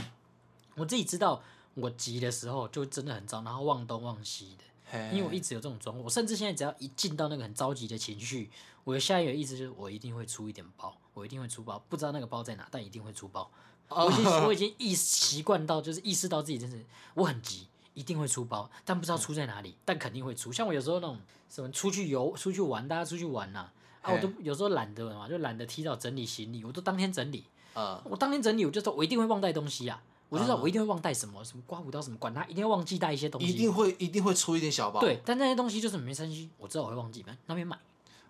Speaker 2: 我自己知道，我急的时候就真的很糟，然后忘东忘西的，
Speaker 1: 嘿，
Speaker 2: 因为我一直有这种状况。我甚至现在只要一进到那个很着急的情绪，我下一个意思就是我一定会出一点包，我一定会出包，不知道那个包在哪，但一定会出包。我已经我已经意习惯到，就是意识到自己真是我很急，一定会出包，但不知道出在哪里，但肯定会出。像我有时候那种什么出去游、出去玩，大家出去玩呐、啊，我都
Speaker 1: 嘿
Speaker 2: 有时候懒得嘛，就懒得提早整理行李，我都当天整理。
Speaker 1: 呃
Speaker 2: 我当天整理，我就说我一定会忘带东西啊，我就知道
Speaker 1: 嗯
Speaker 2: 我一定会忘带什么，什么刮胡刀什么，管他，一定要忘记带一些东西。
Speaker 1: 一定会一定会出一点小包，
Speaker 2: 对，但那些东西就是没关系，我知道我会忘记，那那边买。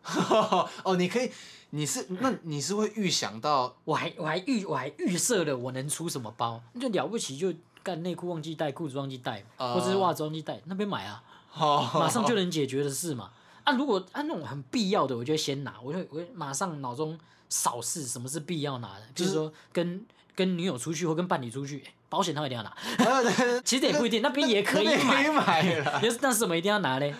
Speaker 1: <laughs> 哦，你可以，你是那你是会预想
Speaker 2: <laughs>
Speaker 1: 到
Speaker 2: 我还我还预我还预设了我能出什么包，那就了不起就干内裤忘记带，裤子忘记带，
Speaker 1: 啊
Speaker 2: 或者是袜子忘记带，那边买啊， <laughs> 马
Speaker 1: 哦，
Speaker 2: 上就能解决的事嘛。啊，如果啊那种很必要的，我就会先拿，我就我就马上脑中扫视什么是必要拿的，比
Speaker 1: 就
Speaker 2: 如
Speaker 1: 是
Speaker 2: 说跟跟女友出去或跟伴侣出去，哎保险套一定要拿，
Speaker 1: 呃对
Speaker 2: 其实也不一定，那边也可以
Speaker 1: 那边
Speaker 2: 买啊
Speaker 1: 也可以。
Speaker 2: <laughs>
Speaker 1: 买了。
Speaker 2: 那那是什么一定要拿嘞？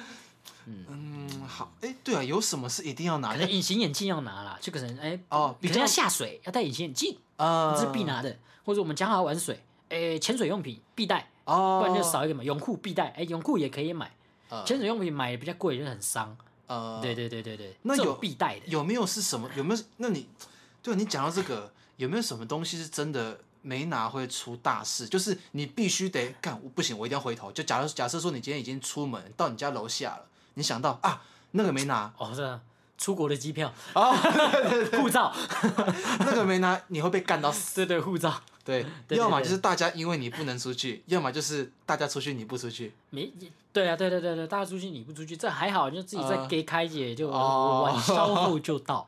Speaker 1: 嗯，好，哎、对啊，有什么是一定要拿
Speaker 2: 可
Speaker 1: 的
Speaker 2: 能？隐形眼镜要拿啦，就可能哎、
Speaker 1: 哦比
Speaker 2: 可能要
Speaker 1: 较
Speaker 2: 下水要戴隐形眼镜，
Speaker 1: 呃
Speaker 2: 这是必拿的。或者我们讲好玩水，哎、潜水用品必带，
Speaker 1: 哦，
Speaker 2: 不然就少一个嘛。泳裤必带，哎、泳裤也可以买。
Speaker 1: 呃
Speaker 2: 潜水用品买的比较贵，就很伤。
Speaker 1: 呃，
Speaker 2: 对对对对对，
Speaker 1: 那
Speaker 2: 这种
Speaker 1: 有
Speaker 2: 必带的。
Speaker 1: 有没有是什么？有没有？那你对你讲到这个，有没有什么东西是真的没拿会出大事？就是你必须得干，我不行，我一定要回头。就假如假设说你今天已经出门到你家楼下了，你想到啊那个没拿，
Speaker 2: 哦，这出国的机票，
Speaker 1: 哦，
Speaker 2: 护照，
Speaker 1: 那个没拿，你会被干到死。
Speaker 2: <laughs> 对对护照，
Speaker 1: 对，
Speaker 2: 对
Speaker 1: 要么
Speaker 2: 对
Speaker 1: 就是大家因为你不能出去，要么就是大家出去你不出去。
Speaker 2: 没，对啊，对对对对，大家出去你不出去，这还好，就自己再
Speaker 1: 啊
Speaker 2: 给开解，就
Speaker 1: 哦
Speaker 2: 晚稍后就到。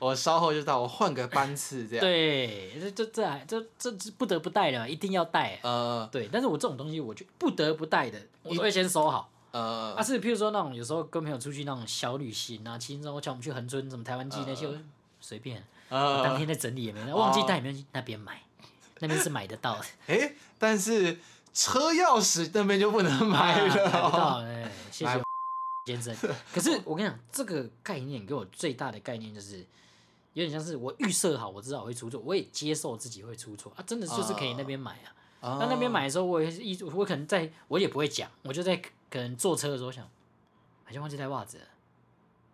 Speaker 1: 我稍后就到，我换个班次这样。，
Speaker 2: 对，这这这还这这这不得不带的，一定要带。
Speaker 1: 呃
Speaker 2: 对，但是我这种东西，我就不得不带的，我
Speaker 1: 一
Speaker 2: 都会先收好。
Speaker 1: 呃，
Speaker 2: 啊，是譬如说那种有时候跟朋友出去那种小旅行啊，轻松，我叫我们去恒春什么台湾记那些，我
Speaker 1: 嗯
Speaker 2: 就随便，我当
Speaker 1: 呃，
Speaker 2: 天再整理也没那忘记带也
Speaker 1: 哦
Speaker 2: 没关系，那边买，那边是买得到的，
Speaker 1: 哎，但是车钥匙那边就不能 <laughs> 买了
Speaker 2: <laughs> 啊买得
Speaker 1: 哦。
Speaker 2: 到，哎，谢
Speaker 1: 买
Speaker 2: 谢先
Speaker 1: <laughs>
Speaker 2: 生。可是我跟你讲，这个概念给我最大的概念就是。有点像是我预设好，我知道我会出错，我也接受自己会出错啊，真的就是可以那边买啊。
Speaker 1: 啊
Speaker 2: 那那边买的时候，我也是一我可能在我也不会讲，我就在可能坐车的时候想，好像忘记带袜子了，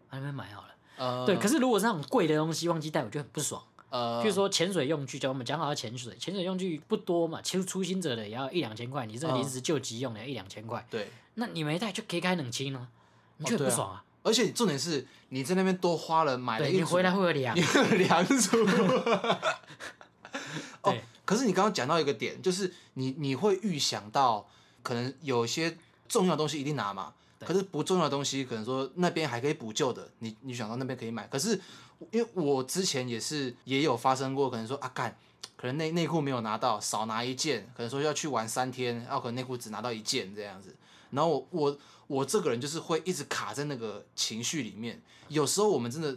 Speaker 2: 啊那边买好了。
Speaker 1: 呃，
Speaker 2: 对，可是如果是那种贵的东西忘记带，我就很不爽。
Speaker 1: 呃，
Speaker 2: 譬如说潜水用具，叫我们讲好要潜水，潜水用具不多嘛，其实初心者的也要一两千块，你这
Speaker 1: 嗯
Speaker 2: 个临时救急用的要一两千块，
Speaker 1: 对，
Speaker 2: 那你没带就可以开冷清了，你
Speaker 1: 哦
Speaker 2: 就
Speaker 1: 对
Speaker 2: 很不
Speaker 1: 啊
Speaker 2: 爽啊。
Speaker 1: 而且重点是你在那边多花了买了
Speaker 2: 对
Speaker 1: 一
Speaker 2: 你回来
Speaker 1: <laughs> 组
Speaker 2: 会有凉
Speaker 1: 你，有两组。哦
Speaker 2: 对，
Speaker 1: 可是你刚刚讲到一个点，就是你你会预想到可能有些重要的东西一定拿嘛，
Speaker 2: 对
Speaker 1: 可是不重要的东西可能说那边还可以补救的，你你想到那边可以买，可是因为我之前也是也有发生过，可能说啊干。可能内内裤没有拿到，少拿一件，可能说要去玩三天，然后可能内裤只拿到一件这样子。然后我我我这个人就是会一直卡在那个情绪里面，有时候我们真的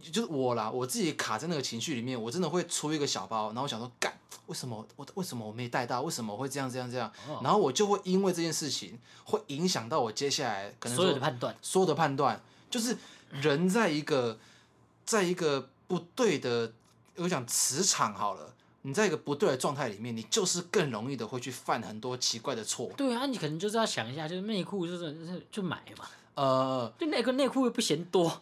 Speaker 1: 就是我啦，我自己卡在那个情绪里面，我真的会出一个小包，然后我想说，干，为什么我为什么我没带到？为什么我会这样这样这样？
Speaker 2: 哦
Speaker 1: 然后我就会因为这件事情，会影响到我接下来可能
Speaker 2: 所有
Speaker 1: 说
Speaker 2: 的判断。
Speaker 1: 所有的判断，就是人在一个在一个不对的，我讲磁场好了，你在一个不对的状态里面，你就是更容易的会去犯很多奇怪的错。
Speaker 2: 对啊，你可能就是要想一下，就是内裤就是就是就买嘛，
Speaker 1: 呃，
Speaker 2: 就那个内裤又不嫌多，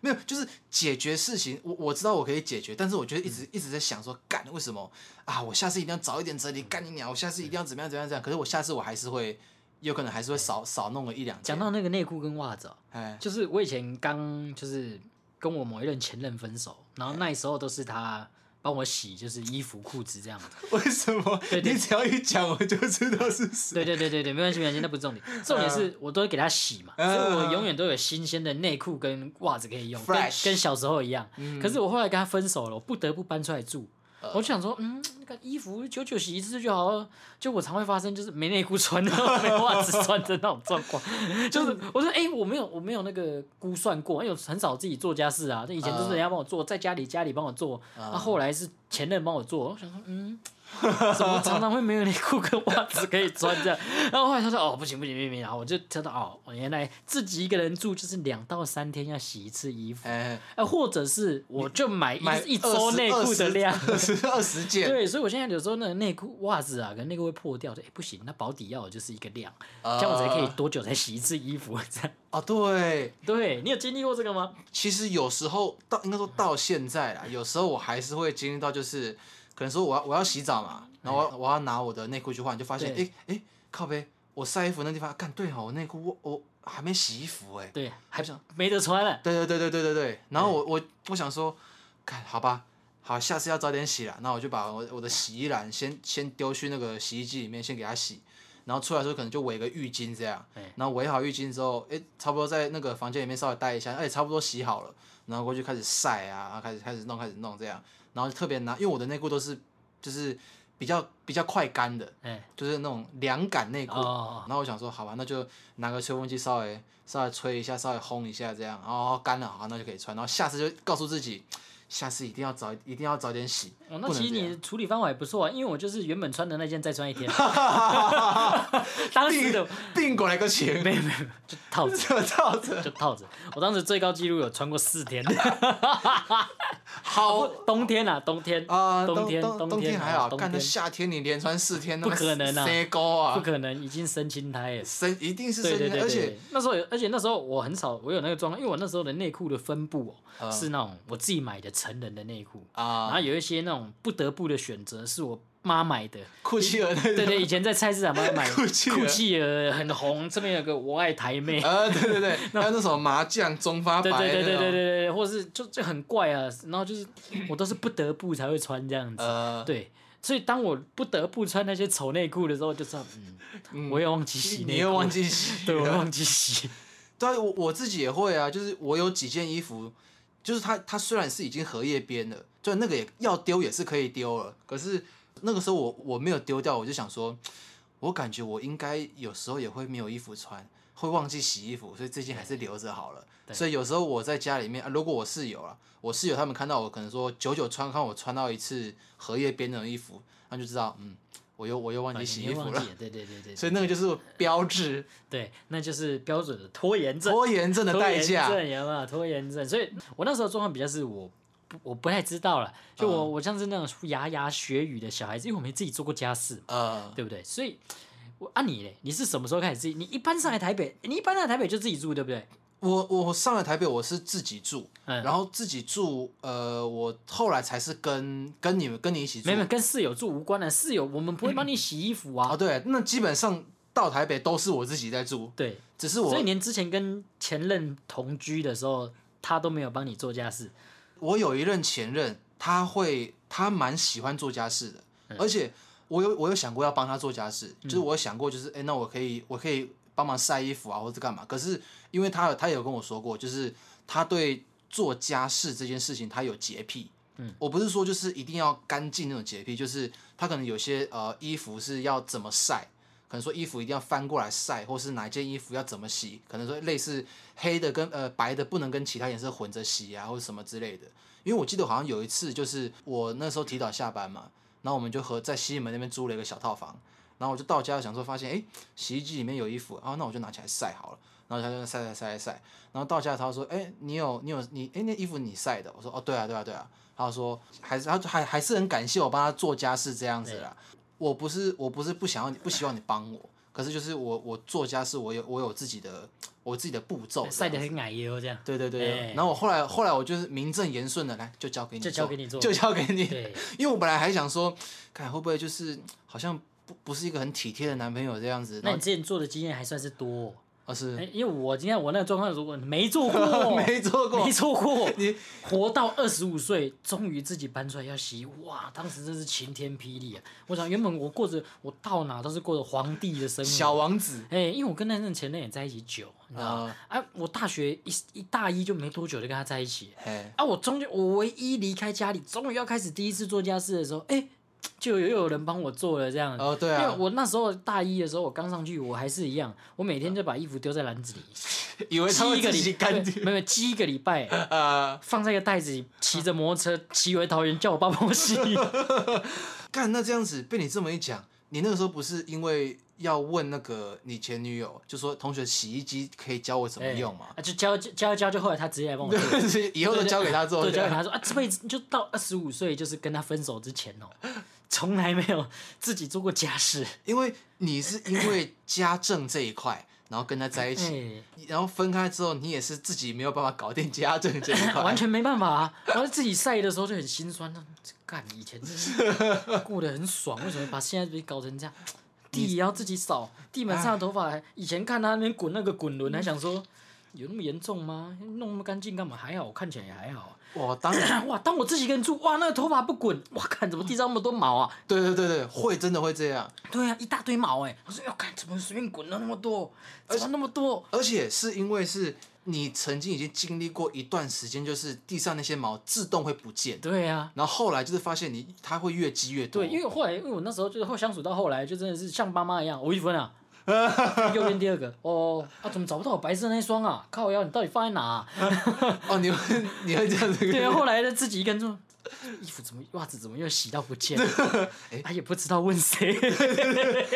Speaker 1: 没有，就是解决事情，我我知道我可以解决，但是我觉得一
Speaker 2: 嗯
Speaker 1: 直、一直在想说，干为什么啊？我下次一定要早一点整理，干你娘！我下次一定要怎么样怎么样怎么样。可是我下次我还是会，有可能还是会少少弄个一两件。
Speaker 2: 讲到那个内裤跟袜子、哦，
Speaker 1: 哎，
Speaker 2: 就是我以前刚就是跟我某一任前任分手，然后那时候都是他帮我洗，就是衣服、裤子这样。
Speaker 1: 为什么
Speaker 2: 对对
Speaker 1: 你只要一讲我就知道是谁？
Speaker 2: 对对对对对，没关系没关系，那不是重
Speaker 1: <laughs>
Speaker 2: 点，重点是我都会给他洗嘛，所
Speaker 1: 嗯
Speaker 2: 以我永远都有新鲜的内裤跟袜子可以用，跟
Speaker 1: Fresh 嗯
Speaker 2: 跟小时候一样。可是我后来跟他分手了，我不得不搬出来住。
Speaker 1: 呃
Speaker 2: 我就想说，嗯，那个衣服久久洗一次就好了。就我常会发生就是没内裤穿的、啊 <laughs> 没袜子穿的那种状况。
Speaker 1: 嗯
Speaker 2: 就是我说，哎、我没有，我没有那个估算过，因为我很少自己做家事啊。那以前
Speaker 1: 嗯
Speaker 2: 都是人家帮我做，在家里家里帮我做，那、后来是前任帮我做。我想说，嗯，怎
Speaker 1: 哦
Speaker 2: 么常常会没有内裤跟袜子可以穿这样？ <laughs> 然后后来他说，哦，不行不行不行，不行然后我就 <laughs> 知道，哦，我原来自己一个人住就是两到三天要洗一次衣服，哎、
Speaker 1: 哎，
Speaker 2: 或者是我就买一
Speaker 1: 买
Speaker 2: 一周内裤的量。
Speaker 1: 二十二十件，
Speaker 2: <laughs> 对，所以我现在有时候那个内裤、袜子啊，可能内裤会破掉的，哎、不行，那保底药就是一个量，这样我才可以
Speaker 1: 呃
Speaker 2: 多久才洗一次衣服？这样， <laughs>
Speaker 1: 哦，对，
Speaker 2: 对你有经历过这个吗？
Speaker 1: 其实有时候到应该说到现在啦，有时候我还是会经历到，就是可能说我要我要洗澡嘛，然后我要我要拿我的内裤去换，就发现
Speaker 2: 对
Speaker 1: 诶诶，靠背，我晒衣服那地方，干对哦，我内裤我我还没洗衣服哎、
Speaker 2: 对，还
Speaker 1: 不想
Speaker 2: 没得穿了。
Speaker 1: 对对对对对对对，然后我我我想说，看好吧，好下次要早点洗了，那我就把我我的洗衣篮先先丢去那个洗衣机里面先给它洗，然后出来的时候可能就围个浴巾这样
Speaker 2: 哎，
Speaker 1: 然后围好浴巾之后，哎、差不多在那个房间里面稍微待一下，哎、差不多洗好了，然后过去开始晒啊，然后开始开始弄开始弄这样，然后就特别拿，因为我的内裤都是就是比较比较快干的，
Speaker 2: 哎，
Speaker 1: 就是那种凉感内裤，
Speaker 2: 哦，
Speaker 1: 然后我想说，好啊吧，那就拿个吹风机稍微稍微吹一下，稍微烘一下，这样，然后干了，好，那就可以穿。然后下次就告诉自己，下次一定要早一定要早点洗。
Speaker 2: 哦那
Speaker 1: 不能
Speaker 2: 其实
Speaker 1: 这
Speaker 2: 你
Speaker 1: 样 <laughs>
Speaker 2: <laughs> 的处理方法也不错啊，因为我就是原本穿的那件再穿一天，当时的
Speaker 1: 并过来个钱，
Speaker 2: <laughs> 没有没有，就套着
Speaker 1: 这套子
Speaker 2: <laughs> 就套着，我当时最高纪录有穿过四
Speaker 1: <laughs>
Speaker 2: 天，
Speaker 1: 好
Speaker 2: 冬天啊冬天
Speaker 1: 啊，
Speaker 2: 冬天
Speaker 1: 冬
Speaker 2: 冬天啊
Speaker 1: 天还好，
Speaker 2: 冬
Speaker 1: 干那
Speaker 2: 天
Speaker 1: 夏天你连穿四天，那
Speaker 2: 不可能啊
Speaker 1: 塞高
Speaker 2: 不
Speaker 1: 啊，
Speaker 2: 可能已经生青苔了。
Speaker 1: 生一定是
Speaker 2: 对
Speaker 1: 生
Speaker 2: 对
Speaker 1: 的，
Speaker 2: 对
Speaker 1: 而
Speaker 2: 对
Speaker 1: 且
Speaker 2: 对，那时候有，而且那时候我很少，我有那个状况，因为我那时候的内裤的分布哦，
Speaker 1: 嗯
Speaker 2: 是那种我自己买的成人的内裤，然后
Speaker 1: 啊，
Speaker 2: 有一些那种不得不的选择是我妈买
Speaker 1: <laughs>
Speaker 2: 的，
Speaker 1: 酷气儿那
Speaker 2: 对
Speaker 1: 种，
Speaker 2: 对，以前在菜市场帮
Speaker 1: <laughs>
Speaker 2: 他买
Speaker 1: 酷气儿
Speaker 2: 酷气儿很红，这边有个我爱台妹，
Speaker 1: 呃，对对
Speaker 2: <laughs>
Speaker 1: 对，还有那种麻将中啊发白哦
Speaker 2: 对对对对
Speaker 1: 那
Speaker 2: 对对
Speaker 1: 种，
Speaker 2: 对， <clears throat> 或者是就就很怪啊，然后就是我都是不得不才会穿这样子，
Speaker 1: 呃，
Speaker 2: 对。所以当我不得不穿那些丑内裤的时候，就知道，嗯，我也忘记洗内裤，
Speaker 1: 你又忘记洗，
Speaker 2: <laughs> 对，我忘
Speaker 1: <laughs>
Speaker 2: 记洗，
Speaker 1: 对啊，我我自己也会啊，就是我有几件衣服，就是它它虽然是已经荷叶边了，就那个也要丢也是可以丢了，可是那个时候我我没有丢掉，我就想说，我感觉我应该有时候也会没有衣服穿，会忘记洗衣服，所以最近还是留着好了。所以有时候我在家里面，啊、如果我室友啊，我室友他们看到我可能说久久穿，看我穿到一次荷叶边的衣服，他们就知道，嗯，我又我又忘记洗衣服
Speaker 2: 忘
Speaker 1: 了
Speaker 2: 记。对对对对，
Speaker 1: 所以那个就是标志
Speaker 2: 对，那就是标准的拖延症。
Speaker 1: 拖延症的代价。
Speaker 2: 拖延症有没有拖延症？所以我那时候状况比较是我不我不太知道了，就我、
Speaker 1: 嗯
Speaker 2: 我像是那种牙牙学语的小孩子，因为我没自己做过家事，
Speaker 1: 呃，
Speaker 2: 对不对？所以我啊你嘞，你是什么时候开始自己？你一搬上来台北，你一搬上来台北就自己住，对不对？
Speaker 1: 我我上来台北，我是自己住，
Speaker 2: 嗯
Speaker 1: 然后自己住，呃，我后来才是跟跟你们跟你一起住。
Speaker 2: 没有跟室友住无关的，室友我们不会帮你洗衣服啊。
Speaker 1: 哦，对，那基本上到台北都是我自己在住，
Speaker 2: 对，
Speaker 1: 只是
Speaker 2: 所以
Speaker 1: 我
Speaker 2: 连之前跟前任同居的时候，他都没有帮你做家事。
Speaker 1: 我有一任前任，他会他蛮喜欢做家事的，而且我有我有想过要帮他做家事，就是我有想过就是哎、诶那我可以我可以帮忙晒衣服啊，或者干嘛。可是因为他有他有跟我说过，就是他对做家事这件事情他有洁癖。
Speaker 2: 嗯，
Speaker 1: 我不是说就是一定要干净那种洁癖，就是他可能有些呃衣服是要怎么晒，可能说衣服一定要翻过来晒，或是哪一件衣服要怎么洗，可能说类似黑的跟呃白的不能跟其他颜色混着洗啊，或者什么之类的。因为我记得好像有一次，就是我那时候提早下班嘛，然后我们就和在西门那边租了一个小套房，然后我就到家想说发现，哎，洗衣机里面有衣服啊，那我就拿起来晒好了。然后他就晒晒晒晒晒，然后到家他说，哎，你有你有你哎那衣服你晒的？我说哦对啊对啊对啊。他说还是他还还是很感谢我帮他做家事这样子啦。我不是我不是不想要你不希望你帮我，可是就是我我做家事我有我有自己的我自己的步哦骤这样子，
Speaker 2: 晒得很矮
Speaker 1: <laughs>
Speaker 2: 油这样。
Speaker 1: 对对对，
Speaker 2: 哎
Speaker 1: 然后我后来后来我就是名正言顺的来，就交给你，
Speaker 2: 就交给你
Speaker 1: <laughs>
Speaker 2: 做
Speaker 1: 就交给你。
Speaker 2: 对，
Speaker 1: 因为我本来还想说，看会不会就是好像不不是一个很体贴的男朋友这样子，
Speaker 2: 那
Speaker 1: 然
Speaker 2: 你
Speaker 1: 后
Speaker 2: 之前做的经验还算是多哦、
Speaker 1: 而是、 <laughs>
Speaker 2: 哎，因为我今天我那个状况，如果没做过，
Speaker 1: 没做过
Speaker 2: 没，做过，
Speaker 1: 你
Speaker 2: 活到二十五岁，终于自己搬出来要洗衣，哇，当时真是晴天霹雳啊！我想原本我过着我到哪都是过着皇帝的生
Speaker 1: 小
Speaker 2: 活，
Speaker 1: 王子
Speaker 2: 哎、因为我跟那任前任也在一起久，你知道吗？啊，我大学一一大一就没多久就跟他在一起，
Speaker 1: 哎、
Speaker 2: 啊，我中间我唯一离开家里，终于要开始第一次做家事的时候，哎、就又有人帮我做了这样子。
Speaker 1: 哦对
Speaker 2: 因
Speaker 1: 啊
Speaker 2: 为，我那时候大一的时候，我刚上去，我还是一样，我每天就把衣服丢在篮子里，
Speaker 1: 以为 <laughs> 他
Speaker 2: 积
Speaker 1: 会
Speaker 2: 一个
Speaker 1: 自
Speaker 2: 礼
Speaker 1: 己干净
Speaker 2: 没有没有积一个礼拜，
Speaker 1: 啊，
Speaker 2: 放在一个袋子里，骑着摩托车骑回桃园，叫我爸帮我洗。
Speaker 1: 干那这样子被你这么一讲，你那个时候不是因为要问那个你前女友，就说同学洗衣机可以教我怎么用吗？ <laughs>
Speaker 2: 啊，就教教一教，就后来他直接来帮我做。
Speaker 1: 对，以后都交给他 <laughs> 做，
Speaker 2: 对，交给他说啊，这辈子就到二十五岁，就是跟他分手之前哦，从来没有自己做过家事。
Speaker 1: 因为你是因为家政这一块，然后跟他在一起，
Speaker 2: 哎，
Speaker 1: 然后分开之后，你也是自己没有办法搞定家政这一块，
Speaker 2: 哎 <laughs> <coughs> 完全没办法啊！我在自己晒的时候就很心酸，那这干以前真是过得很爽，为什么把现在自己搞成这样？地也要自己扫，地板上的头发还，以前看他那边滚那个滚轮，还想说有那么严重吗？弄那么干净干嘛？还好，我看起来也还好。
Speaker 1: 哇，当然，
Speaker 2: <coughs> 哇，当我自己一个人住，哇，那个头发不滚，哇，看怎么地上那么多毛啊？
Speaker 1: 对对对对，会真的会这样，
Speaker 2: 对啊，一大堆毛哎、我说要看怎么随便滚了那么多，怎么那么多？
Speaker 1: 而且是因为是你曾经已经经历过一段时间，就是地上那些毛自动会不见，
Speaker 2: 对啊，
Speaker 1: 然后后来就是发现你它会越积越多，
Speaker 2: 对，因为后来，因为我那时候就是后相处到后来，就真的是像爸妈一样，我一
Speaker 1: <laughs>
Speaker 2: 分啊，右边第二个，哦，啊，怎么找不到我白色那一双啊？靠腰，你到底放在哪、啊？
Speaker 1: 哦，你会你会这样子，
Speaker 2: 对，啊后来呢，自己一个人住，衣服怎么袜子怎么又洗到不见了？
Speaker 1: <laughs>
Speaker 2: 啊，也不知道问谁，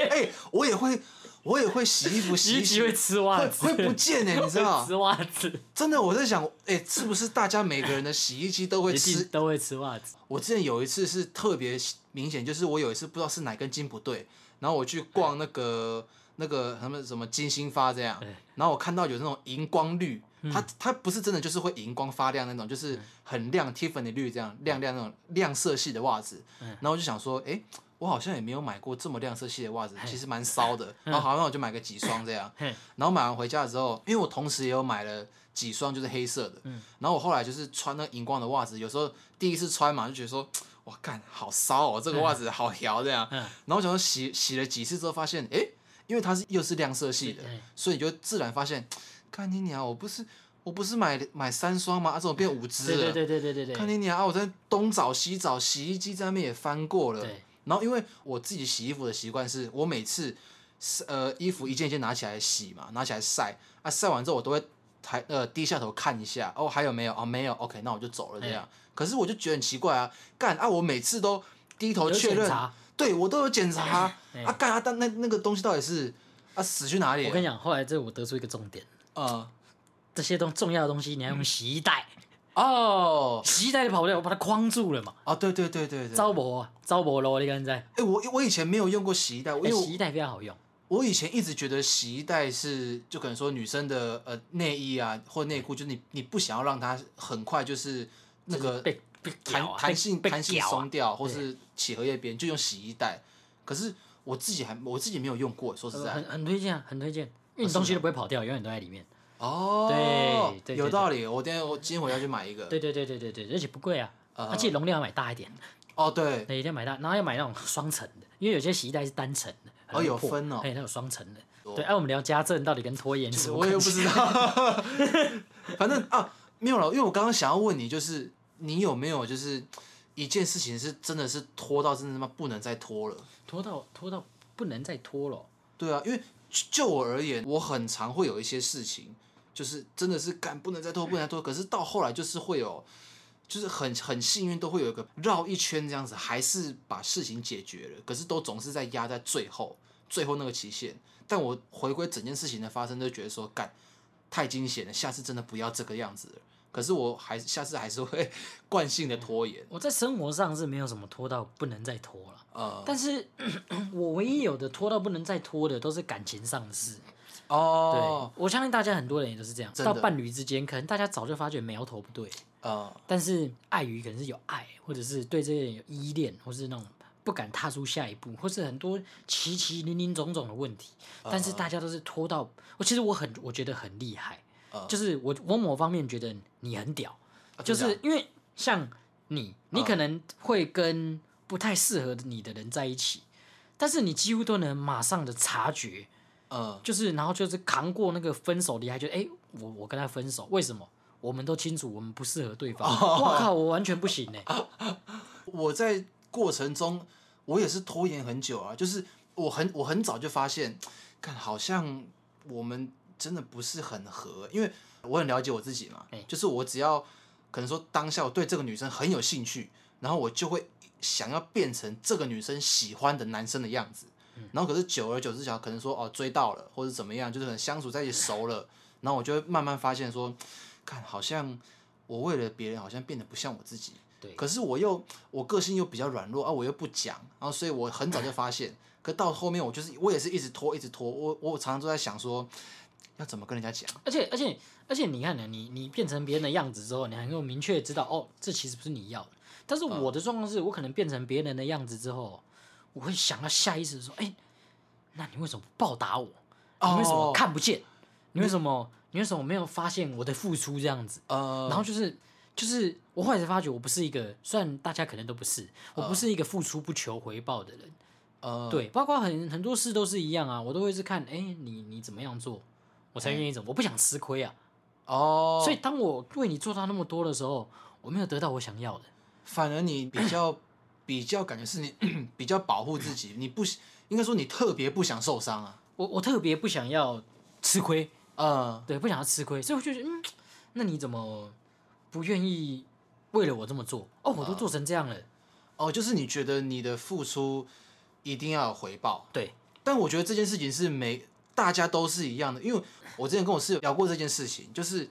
Speaker 1: 哎、我也会我也会洗衣服，洗
Speaker 2: 洗衣
Speaker 1: 一洗
Speaker 2: 机会吃袜
Speaker 1: 会
Speaker 2: 子，
Speaker 1: 会不见哎、你知道
Speaker 2: <laughs> 会吃袜子，
Speaker 1: 真的，我在想，哎、是不是大家每个人的洗衣机都会
Speaker 2: 一
Speaker 1: 吃
Speaker 2: 定都会吃袜子。
Speaker 1: 我之前有一次是特别明显，就是我有一次不知道是哪根筋不对，然后我去逛那个那个他们什么金星发这样
Speaker 2: 对，
Speaker 1: 然后我看到有那种荧光绿，它它不是真的就是会荧光发亮那种，就是很亮 Tiffany 绿这样亮亮那种亮色系的袜子，然后我就想说，哎、我好像也没有买过这么亮色系的袜子，其实蛮骚的。然后好，那我就买个几双这样。
Speaker 2: 嘿，
Speaker 1: 然后买完回家之后，因为我同时也有买了几
Speaker 2: 嗯
Speaker 1: 双就是黑色的，然后我后来就是穿那个荧光的袜子，有时候第一次穿嘛就觉得说，哇，干好骚哦，这个袜子好摇这样。
Speaker 2: 嗯
Speaker 1: 然后我想说洗洗了几次之后，发现诶，因为它是又是亮色系的
Speaker 2: 对对，
Speaker 1: 所以你就自然发现，看你娘，我不是我不是买买三双吗？啊，怎么变五只
Speaker 2: 对
Speaker 1: 了？
Speaker 2: 对对对对对
Speaker 1: 看
Speaker 2: 对，
Speaker 1: 你娘啊！我在东找西找，洗衣机在那边也翻过了。
Speaker 2: 对
Speaker 1: 然后因为我自己洗衣服的习惯是，我每次是呃衣服一件一件拿起来洗嘛，拿起来晒啊，晒完之后我都会抬呃低下头看一下，哦还有没有哦没有，OK，那我就走了这
Speaker 2: 哎
Speaker 1: 样。可是我就觉得很奇怪啊，干啊我每次都低头
Speaker 2: 有
Speaker 1: 确
Speaker 2: 检
Speaker 1: 认，啊
Speaker 2: 查。
Speaker 1: 对我都有检查啊
Speaker 2: 哎
Speaker 1: 啊干啊，但那那个东西到底是啊死去哪里了？
Speaker 2: 我跟你讲，后来这我得出一个重点，
Speaker 1: 呃
Speaker 2: 这些东重要的东西你要用洗衣袋，
Speaker 1: 嗯哦
Speaker 2: 洗衣袋就跑不掉，我把它框住了嘛。
Speaker 1: 哦对对对对对，
Speaker 2: 招博啊，招博咯，你敢知？哎
Speaker 1: 哎、我我以前没有用过洗衣袋，因为我
Speaker 2: 洗衣袋比较好用，
Speaker 1: 我以前一直觉得洗衣袋是，就可能说女生的呃内衣啊或内裤，就是你你不想要让它很快就是那个
Speaker 2: 被被
Speaker 1: 呃弹
Speaker 2: 屌啊
Speaker 1: 弹性
Speaker 2: 被
Speaker 1: 弹
Speaker 2: 被
Speaker 1: 性
Speaker 2: 屌啊
Speaker 1: 松掉，或是起荷叶边，就用洗衣袋。可是我自己还我自己没有用过，说实
Speaker 2: 呃
Speaker 1: 在
Speaker 2: 很，很推荐啊，很推荐，因为你东西都不会跑掉，永远都在里面。
Speaker 1: 哦
Speaker 2: 对，对
Speaker 1: 有
Speaker 2: 对
Speaker 1: 道理。我今天我今天回家去买一个。
Speaker 2: 对对对对对对，而且不贵啊，
Speaker 1: 呃
Speaker 2: 而且容量要买大一点，
Speaker 1: 哦，对，
Speaker 2: 对，一定要买大，然后要买那种双层的，因为有些洗衣袋是单层的，
Speaker 1: 哦有
Speaker 2: 很容易破
Speaker 1: 分哦哦
Speaker 2: 哎，它有双层的。对，哎，我们聊家政到底跟拖延什么
Speaker 1: 我也
Speaker 2: 关
Speaker 1: 不
Speaker 2: 系？
Speaker 1: 知道。 <laughs> 反正啊，没有了，因为我刚刚想要问你，就是你有没有就是一件事情是真的是拖到真的他妈不能再拖了。
Speaker 2: 拖到拖到不能再拖了，
Speaker 1: 对啊，因为就就我而言，我很常会有一些事情，就是真的是干不能再拖，不能再拖。可是到后来就是会有，就是很很幸运，都会有一个绕一圈这样子，还是把事情解决了。可是都总是在压在最后，最后那个期限。但我回归整件事情的发生，就觉得说干太惊险了，下次真的不要这个样子了。可是我还下次还是会 <laughs> 惯性的拖延。
Speaker 2: 我在生活上是没有什么拖到不能再拖了。
Speaker 1: 呃，
Speaker 2: 但是 <clears throat> 我唯一有的拖到不能再拖的，都是感情上的事。对
Speaker 1: 哦，，
Speaker 2: 我相信大家很多人也都是这样，
Speaker 1: 真的
Speaker 2: 到伴侣之间，可能大家早就发觉苗头不对，
Speaker 1: 呃，
Speaker 2: 但是碍于可能是有爱，或者是对这个人有依恋，或是那种不敢踏出下一步，或是很多奇奇零零种种的问题，
Speaker 1: 嗯
Speaker 2: 但是大家都是拖到我，其实我很我觉得很厉害
Speaker 1: 嗯，
Speaker 2: 就是我我某方面觉得你很屌，
Speaker 1: 啊
Speaker 2: 就
Speaker 1: 真的啊
Speaker 2: 是因为像你，你
Speaker 1: 嗯
Speaker 2: 可能会跟不太适合你的人在一起，但是你几乎都能马上的察觉，
Speaker 1: 呃，
Speaker 2: 就是然后就是扛过那个分手离开，就哎、诶我我跟他分手，为什么？我们都清楚我们不适合对方。
Speaker 1: 哦
Speaker 2: 我、靠，我完全不行欸呢、
Speaker 1: 我在过程中，我也是拖延很久啊，就是我很我很早就发现，看好像我们真的不是很合，因为我很了解我自己嘛，
Speaker 2: 哎
Speaker 1: 就是我只要可能说当下我对这个女生很有兴趣，然后我就会想要变成这个女生喜欢的男生的样子，然后可是久而久之，想可能说哦追到了，或者怎么样，就是可能相处在一起熟了，然后我就会慢慢发现说，看好像我为了别人好像变得不像我自己。
Speaker 2: 对
Speaker 1: 可是我又我个性又比较软弱啊，我又不讲，然后所以我很早就发
Speaker 2: <laughs>
Speaker 1: 现，可到后面我就是我也是一直拖一直拖，我我常常都在想说要怎么跟人家讲，
Speaker 2: 而且而且而且，你看呢，啊你你变成别人的样子之后，你还能够明确知道，哦，这其实不是你要的。但是
Speaker 1: 嗯
Speaker 2: 我的状况是我可能变成别人的样子之后，我会想到下意识地说，哎、那你为什么不报答我？你为什么
Speaker 1: 哦
Speaker 2: 看不见？你为什么你为什么没有发现我的付出这样子？
Speaker 1: 呃，
Speaker 2: 然后就是就是我后来才发觉，我不是一个，虽然大家可能都不
Speaker 1: 嗯
Speaker 2: 是，我不是一个付出不求回报的人。
Speaker 1: 呃，
Speaker 2: 对，包括很很多事都是一样啊，我都会是看，哎、你你怎么样做，我才愿意怎么，我不想吃亏啊。
Speaker 1: 嗯哦，
Speaker 2: 所以当我为你做到那么多的时候，我没有得到我想要的。
Speaker 1: 反而你比较 <coughs> 比较感觉是你 <coughs> 比较保护自己，你不应该说你特别不想受伤啊，
Speaker 2: 我我特别不想要吃亏，
Speaker 1: 呃，
Speaker 2: 对，不想要吃亏，所以我就觉得，嗯，那你怎么不愿意为了我这么做？哦，
Speaker 1: 嗯
Speaker 2: 我都做成这样了，
Speaker 1: 哦，就是你觉得你的付出一定要有回报，
Speaker 2: 对，
Speaker 1: 但我觉得这件事情是每大家都是一样的，因为我之前跟我室友聊过这件事情，就是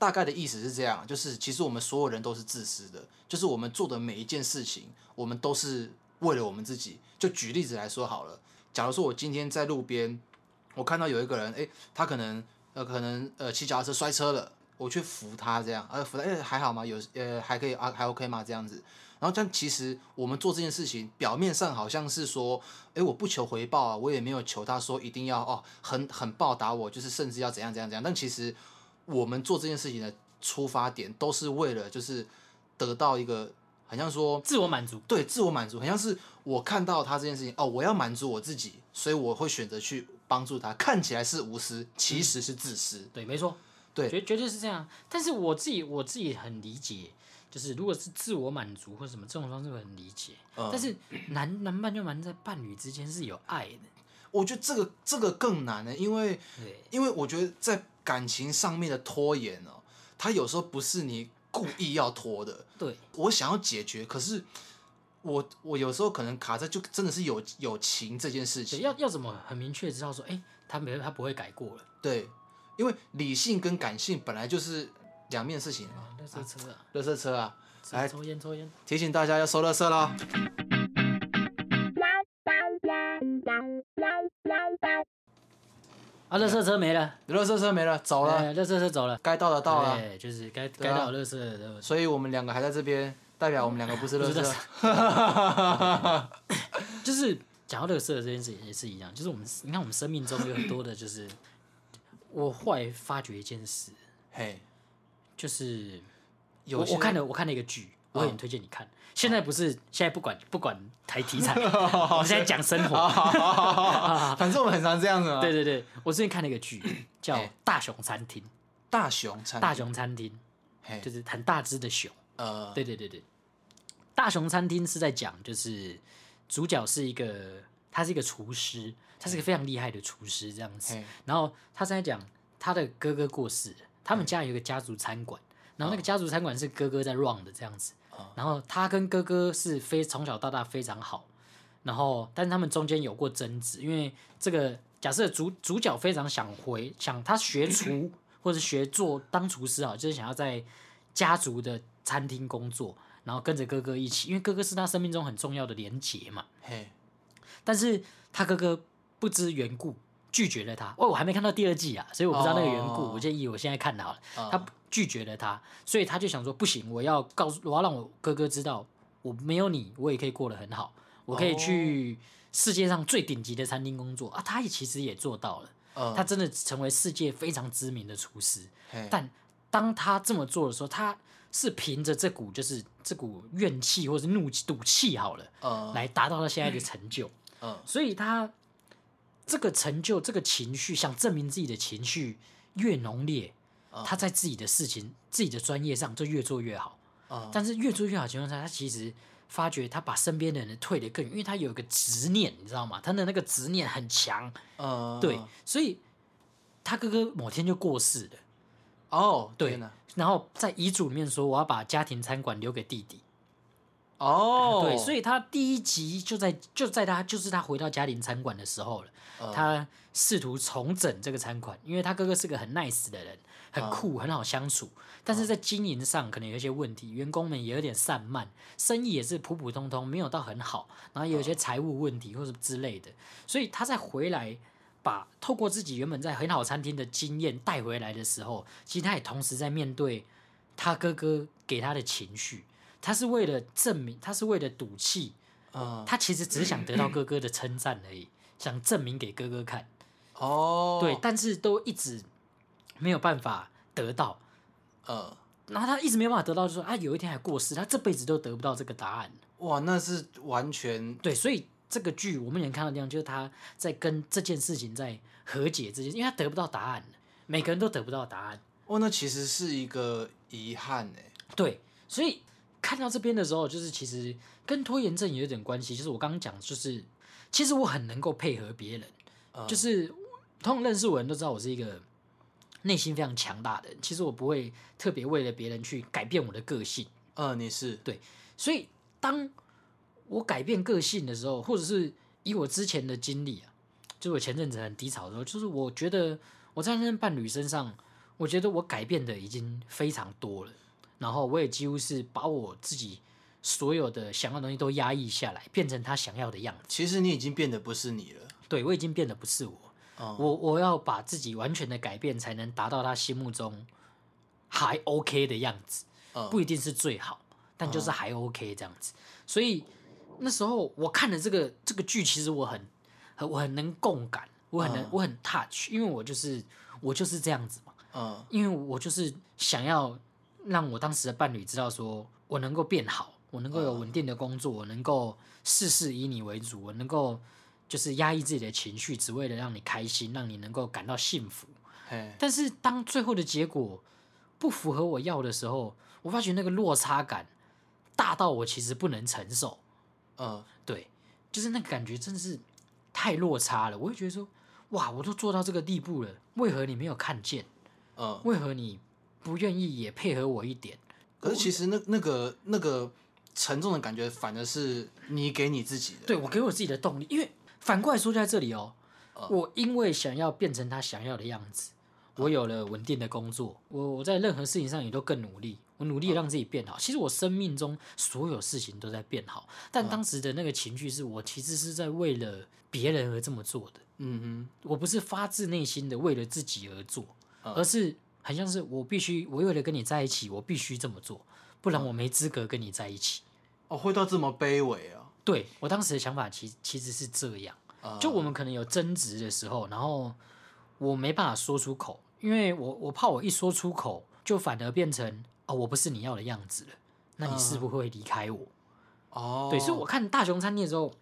Speaker 1: 大概的意思是这样，就是其实我们所有人都是自私的，就是我们做的每一件事情，我们都是为了我们自己。就举例子来说好了，假如说我今天在路边，我看到有一个人，诶，他可能呃可能呃骑脚踏车摔车了，我去扶他这样，呃扶他，哎、还好吗？有呃还可以啊还 OK 吗？这样子。然后但其实我们做这件事情，表面上好像是说，哎，我不求回报啊，我也没有求他说一定要哦，很很报答我，就是甚至要怎样怎样怎样。但其实我们做这件事情的出发点都是为了就是得到一个很像说
Speaker 2: 自我满足。
Speaker 1: 对自我满足，很像是我看到他这件事情哦，我要满足我自己，所以我会选择去帮助他。看起来是无私，其实是自私。
Speaker 2: 对，没错，
Speaker 1: 对
Speaker 2: 绝绝对是这样。但是我自己我自己很理解，就是如果是自我满足或什么这种方式，我很理解。
Speaker 1: 嗯
Speaker 2: 但是难难办就难在伴侣之间是有爱的，
Speaker 1: 我觉得这个这个更难呢、因为
Speaker 2: 对，
Speaker 1: 因为我觉得在感情上面的拖延哦，它有时候不是你故意要拖的，
Speaker 2: 对，
Speaker 1: 我想要解决，可是我我有时候可能卡在就真的是友友情这件事
Speaker 2: 对，
Speaker 1: 情，
Speaker 2: 要要怎么很明确地知道说，哎、他没有他不会改过了。
Speaker 1: 对，因为理性跟感性本来就是两面事情嘛。
Speaker 2: 那是车啊，
Speaker 1: 垃圾车啊，来
Speaker 2: 抽烟抽烟。
Speaker 1: 提醒大家要收垃圾啦。
Speaker 2: 啊，垃圾车没了，
Speaker 1: 垃圾车没了，走了，
Speaker 2: 哎，垃圾车走了，
Speaker 1: 该到的到了，
Speaker 2: 对，就是该
Speaker 1: 对
Speaker 2: 该
Speaker 1: 啊
Speaker 2: 到垃圾的都。
Speaker 1: 所以我们两个还在这边，代表我们两个不是垃
Speaker 2: 不是垃
Speaker 1: 圾。
Speaker 2: 就是讲到垃圾这件事也是一样，就是我们你看我们生命中有很多的，就是我后来发觉一件事，
Speaker 1: 嘿，
Speaker 2: 就是
Speaker 1: 有
Speaker 2: 我
Speaker 1: 些嗯
Speaker 2: 我看了 <laughs> 我看了一个剧，我很推荐你看。现在不是现在不管不管台
Speaker 1: <laughs>
Speaker 2: 题材，我们现在讲生活。
Speaker 1: <laughs> 啊反正我们很常这样子啊嘛。
Speaker 2: 对对对，我之前看了一个剧叫《
Speaker 1: 哎嗯
Speaker 2: 大熊餐厅》，
Speaker 1: 大熊餐厅，
Speaker 2: 大熊餐厅
Speaker 1: 嘿，
Speaker 2: 就是很大只的熊。
Speaker 1: 呃，
Speaker 2: 对对对对，大熊餐厅是在讲，就是主角是一个，他是一个厨师，
Speaker 1: 嗯
Speaker 2: 他是一个非常厉害的厨师这样子
Speaker 1: 嘿。
Speaker 2: 然后他是在讲他的哥哥过世了，他们家有一个家族餐馆，然后那个家族餐馆是哥哥在 run 的这样子
Speaker 1: 哦。
Speaker 2: 然后他跟哥哥是非从小到大非常好，然后但是他们中间有过争执，因为这个假设主主角非常想回想他学厨 <coughs> 或者学做当厨师啊，就是想要在家族的餐厅工作，然后跟着哥哥一起，因为哥哥是他生命中很重要的连结嘛。
Speaker 1: 嘿，
Speaker 2: 但是他哥哥不知缘故拒绝了他。哦，我还没看到第二季啊，所以我不知道那个缘故。
Speaker 1: 哦
Speaker 2: 我建议我现在看好了，
Speaker 1: 嗯
Speaker 2: 他拒绝了他，所以他就想说不行，我要告诉我要让我哥哥知道，我没有你，我也可以过得很好，我可以去世界上最顶级的餐厅工作啊。他也其实也做到了，
Speaker 1: 呃，
Speaker 2: 他真的成为世界非常知名的厨师。
Speaker 1: 嘿
Speaker 2: 但当他这么做的时候，他是凭着这股就是这股怨气或是怒气、赌气好了，
Speaker 1: 呃
Speaker 2: 来达到他现在的成就。
Speaker 1: 呃
Speaker 2: 所以他这个成就、这个情绪，想证明自己的情绪越浓烈，
Speaker 1: 嗯
Speaker 2: 他在自己的事情、自己的专业上就越做越好。
Speaker 1: 呃，
Speaker 2: 但是越做越好的情况下，他其实发觉他把身边的人退得更远，因为他有一个执念，你知道吗？他的那个执念很强，
Speaker 1: 呃，
Speaker 2: 对，所以他哥哥某天就过世了。
Speaker 1: 哦，
Speaker 2: 对
Speaker 1: 天哪
Speaker 2: 然后在遗嘱里面说我要把家庭餐馆留给弟弟。
Speaker 1: 哦，
Speaker 2: 对，所以他第一集就在就在他就是他回到家庭餐馆的时候了，
Speaker 1: 嗯
Speaker 2: 他试图重整这个餐馆，因为他哥哥是个很 nice 的人，很酷，很好相处，但是在经营上可能有一些问题，员工们也有点散漫，生意也是普普通通，没有到很好，然后也有一些财务问题或者之类的，所以他再回来。把透过自己原本在很好餐厅的经验带回来的时候，其实他也同时在面对他哥哥给他的情绪，他是为了证明，他是为了赌气，
Speaker 1: 嗯，
Speaker 2: 他其实只是想得到哥哥的称赞而已，想证明给哥哥看。
Speaker 1: 哦，
Speaker 2: 对，，但是都一直没有办法得到，
Speaker 1: 呃，
Speaker 2: 然后他一直没有办法得到，就说啊，有一天还过世，他这辈子都得不到这个答案。
Speaker 1: 哇，那是完全
Speaker 2: 对，所以这个剧我们能看到的地方，就是他在跟这件事情在和解这件事，因为他得不到答案，每个人都得不到答案。
Speaker 1: 哇，那其实是一个遗憾哎，
Speaker 2: 对，所以看到这边的时候，就是其实跟拖延症也有点关系。就是我刚刚讲，就是其实我很能够配合别人，
Speaker 1: 嗯
Speaker 2: 就是通常认识我的人都知道我是一个内心非常强大的人。其实我不会特别为了别人去改变我的个性，
Speaker 1: 呃，你是
Speaker 2: 所以当我改变个性的时候，或者是以我之前的经历啊，就是我前阵子很低潮的时候，就是我觉得我在那伴侣身上，我觉得我改变的已经非常多了，然后我也几乎是把我自己所有的想要的东西都压抑下来，变成他想要的样子。
Speaker 1: 其实你已经变得不是你了，
Speaker 2: 对我已经变得不是我，
Speaker 1: 嗯
Speaker 2: 我我要把自己完全的改变，才能达到他心目中还 OK 的样子。
Speaker 1: 嗯
Speaker 2: 不一定是最好，但就是还 OK 这样子。所以那时候我看了这个这个剧，其实我很很我很能共感，我很能、
Speaker 1: 嗯
Speaker 2: 我很 touch，因为我就是我就是这样子嘛，
Speaker 1: 嗯
Speaker 2: 因为我就是想要让我当时的伴侣知道说我能够变好，我能够有稳定的工作，我能够事事以你为主，我能够就是压抑自己的情绪，只为了让你开心，让你能够感到幸福。
Speaker 1: 嘿，
Speaker 2: 但是当最后的结果不符合我要的时候，我发觉那个落差感大到我其实不能承受。
Speaker 1: 嗯，
Speaker 2: 对，就是那个感觉真是太落差了。我会觉得说，哇，我都做到这个地步了，为何你没有看见？
Speaker 1: 嗯，
Speaker 2: 为何你不愿意也配合我一点？
Speaker 1: 可是其实那那个那个沉重的感觉，反而是你给你自己的。
Speaker 2: 对我给我自己的动力，因为反过来说就在这里哦，我因为想要变成他想要的样子，我有了稳定的工作，我我在任何事情上也都更努力，我努力地让自己变好。其实我生命中所有事情都在变好，但当时的那个情绪是我其实是在为了别人而这么做的，
Speaker 1: 嗯
Speaker 2: 我不是发自内心的为了自己而做，
Speaker 1: 嗯
Speaker 2: 而是很像是我必须，我为了跟你在一起，我必须这么做，不然我没资格跟你在一起。
Speaker 1: 哼，哦，会到这么卑微啊？
Speaker 2: 对我当时的想法其其实是这样。
Speaker 1: 啊
Speaker 2: 就我们可能有争执的时候，然后我没办法说出口，因为我我怕我一说出口，就反而变成哦，我不是你要的样子了，那你是不会离开我。
Speaker 1: 嗯哦，
Speaker 2: 对，所以我看《大熊餐厅》的时候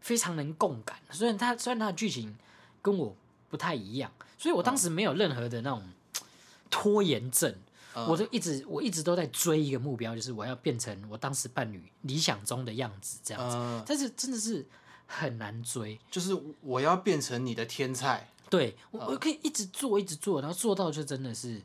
Speaker 2: 非常能共感，虽然它虽然它的剧情跟我不太一样，所以我当时没有任何的那种嘖拖延症，
Speaker 1: 嗯
Speaker 2: 我就一直我一直都在追一个目标，就是我要变成我当时伴侣理想中的样子这样子，
Speaker 1: 嗯，
Speaker 2: 但是真的是很难追。
Speaker 1: 就是我要变成你的天菜。
Speaker 2: 对我，我可以一直做，一直做，然后做到就真的是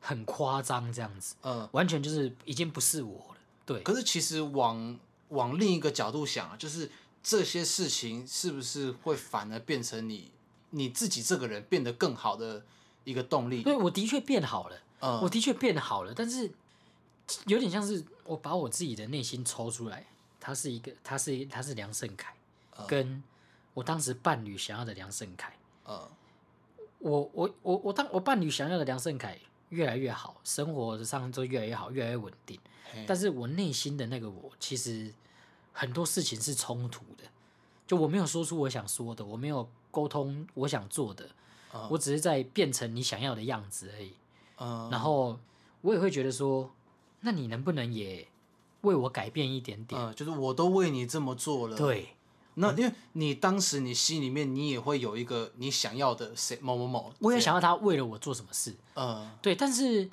Speaker 2: 很夸张这样子，
Speaker 1: 嗯，
Speaker 2: 完全就是已经不是我了。对，
Speaker 1: 可是其实往往另一个角度想啊，就是这些事情是不是会反而变成你你自己这个人变得更好的一个动力？
Speaker 2: 对，我的确变好了，
Speaker 1: 嗯，
Speaker 2: 我的确变好了，但是有点像是我把我自己的内心抽出来，他是一个，他是他是梁胜凯，
Speaker 1: 嗯
Speaker 2: 跟我当时伴侣想要的梁胜凯，
Speaker 1: 嗯
Speaker 2: 我我我我当我伴侣想要的梁胜凯越来越好，生活上都越来越好，越来越稳定。
Speaker 1: 嘿
Speaker 2: 但是我内心的那个我，其实很多事情是冲突的，就我没有说出我想说的，我没有沟通我想做的，
Speaker 1: 嗯
Speaker 2: 我只是在变成你想要的样子而已。
Speaker 1: 嗯，
Speaker 2: 然后我也会觉得说，那你能不能也为我改变一点点？
Speaker 1: 嗯，就是我都为你这么做了。，
Speaker 2: 对
Speaker 1: 那因为你当时你心里面你也会有一个你想要的谁某某某，
Speaker 2: 我也想要他为了我做什么事，
Speaker 1: 嗯
Speaker 2: 对，但是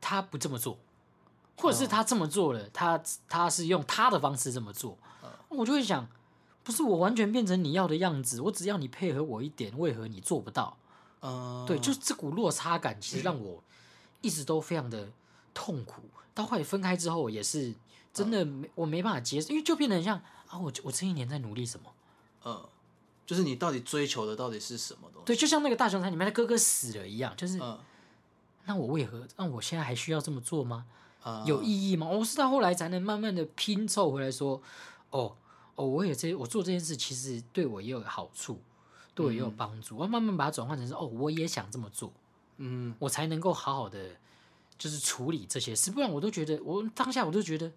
Speaker 2: 他不这么做，或
Speaker 1: 哦
Speaker 2: 者是他这么做了，他他是用他的方式这么做，
Speaker 1: 嗯
Speaker 2: 我就会想，不是我完全变成你要的样子，我只要你配合我一点，为何你做不到？
Speaker 1: 嗯，
Speaker 2: 对，就是这股落差感，其实让我一直都非常的痛苦。到后来分开之后，也是真
Speaker 1: 嗯
Speaker 2: 的没我没办法接受，因为就变得很像啊，我我这一年在努力什么？
Speaker 1: 嗯，就是你到底追求的到底是什么东西？
Speaker 2: 对，就像那个大熊山里面的哥哥死了一样，就是
Speaker 1: 嗯
Speaker 2: 那我为何？那我现在还需要这么做吗？
Speaker 1: 嗯，
Speaker 2: 有意义吗？我是到后来才能慢慢的拼凑回来说，哦哦，我有这我做这件事，其实对我也有好处，对我也有帮助。我慢慢把它转换成是，哦，我也想这么做，
Speaker 1: 嗯
Speaker 2: 我才能够好好的就是处理这些事。不然我都觉得，我当下我都觉得，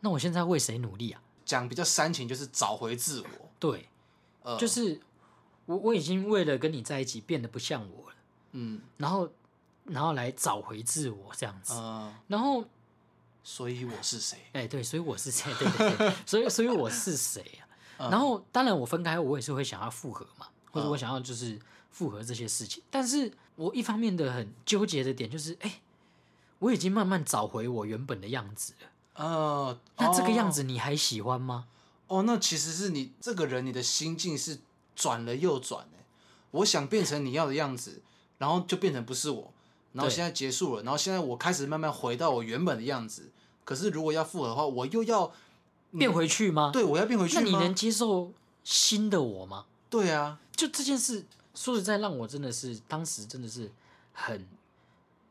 Speaker 2: 那我现在为谁努力啊？
Speaker 1: 讲比较煽情，就是找回自我。
Speaker 2: 对，
Speaker 1: 呃，
Speaker 2: 就是我我已经为了跟你在一起变得不像我了，
Speaker 1: 嗯
Speaker 2: 然后然后来找回自我这样子，
Speaker 1: 嗯，
Speaker 2: 然后
Speaker 1: 所以我是谁？
Speaker 2: 哎、对，所以我是谁？对 <laughs> 对对，所以所以我是谁啊、
Speaker 1: 嗯
Speaker 2: 然后当然我分开，我也是会想要复合嘛，或者我想要就是复合这些事情。但是我一方面的很纠结的点就是，哎、我已经慢慢找回我原本的样子了。
Speaker 1: 呃，
Speaker 2: 那这个样
Speaker 1: 哦
Speaker 2: 子你还喜欢吗？
Speaker 1: 哦，那其实是你这个人，你的心境是转了又转哎。我想变成你要的样子，然后就变成不是我，然后
Speaker 2: 对
Speaker 1: 现在结束了，然后现在我开始慢慢回到我原本的样子。可是如果要复合的话，我又要
Speaker 2: 变回去吗？
Speaker 1: 嗯对我要变回去
Speaker 2: 那你
Speaker 1: 吗
Speaker 2: 能接受新的我吗？
Speaker 1: 对啊，
Speaker 2: 就这件事，说实在，让我真的是当时真的是很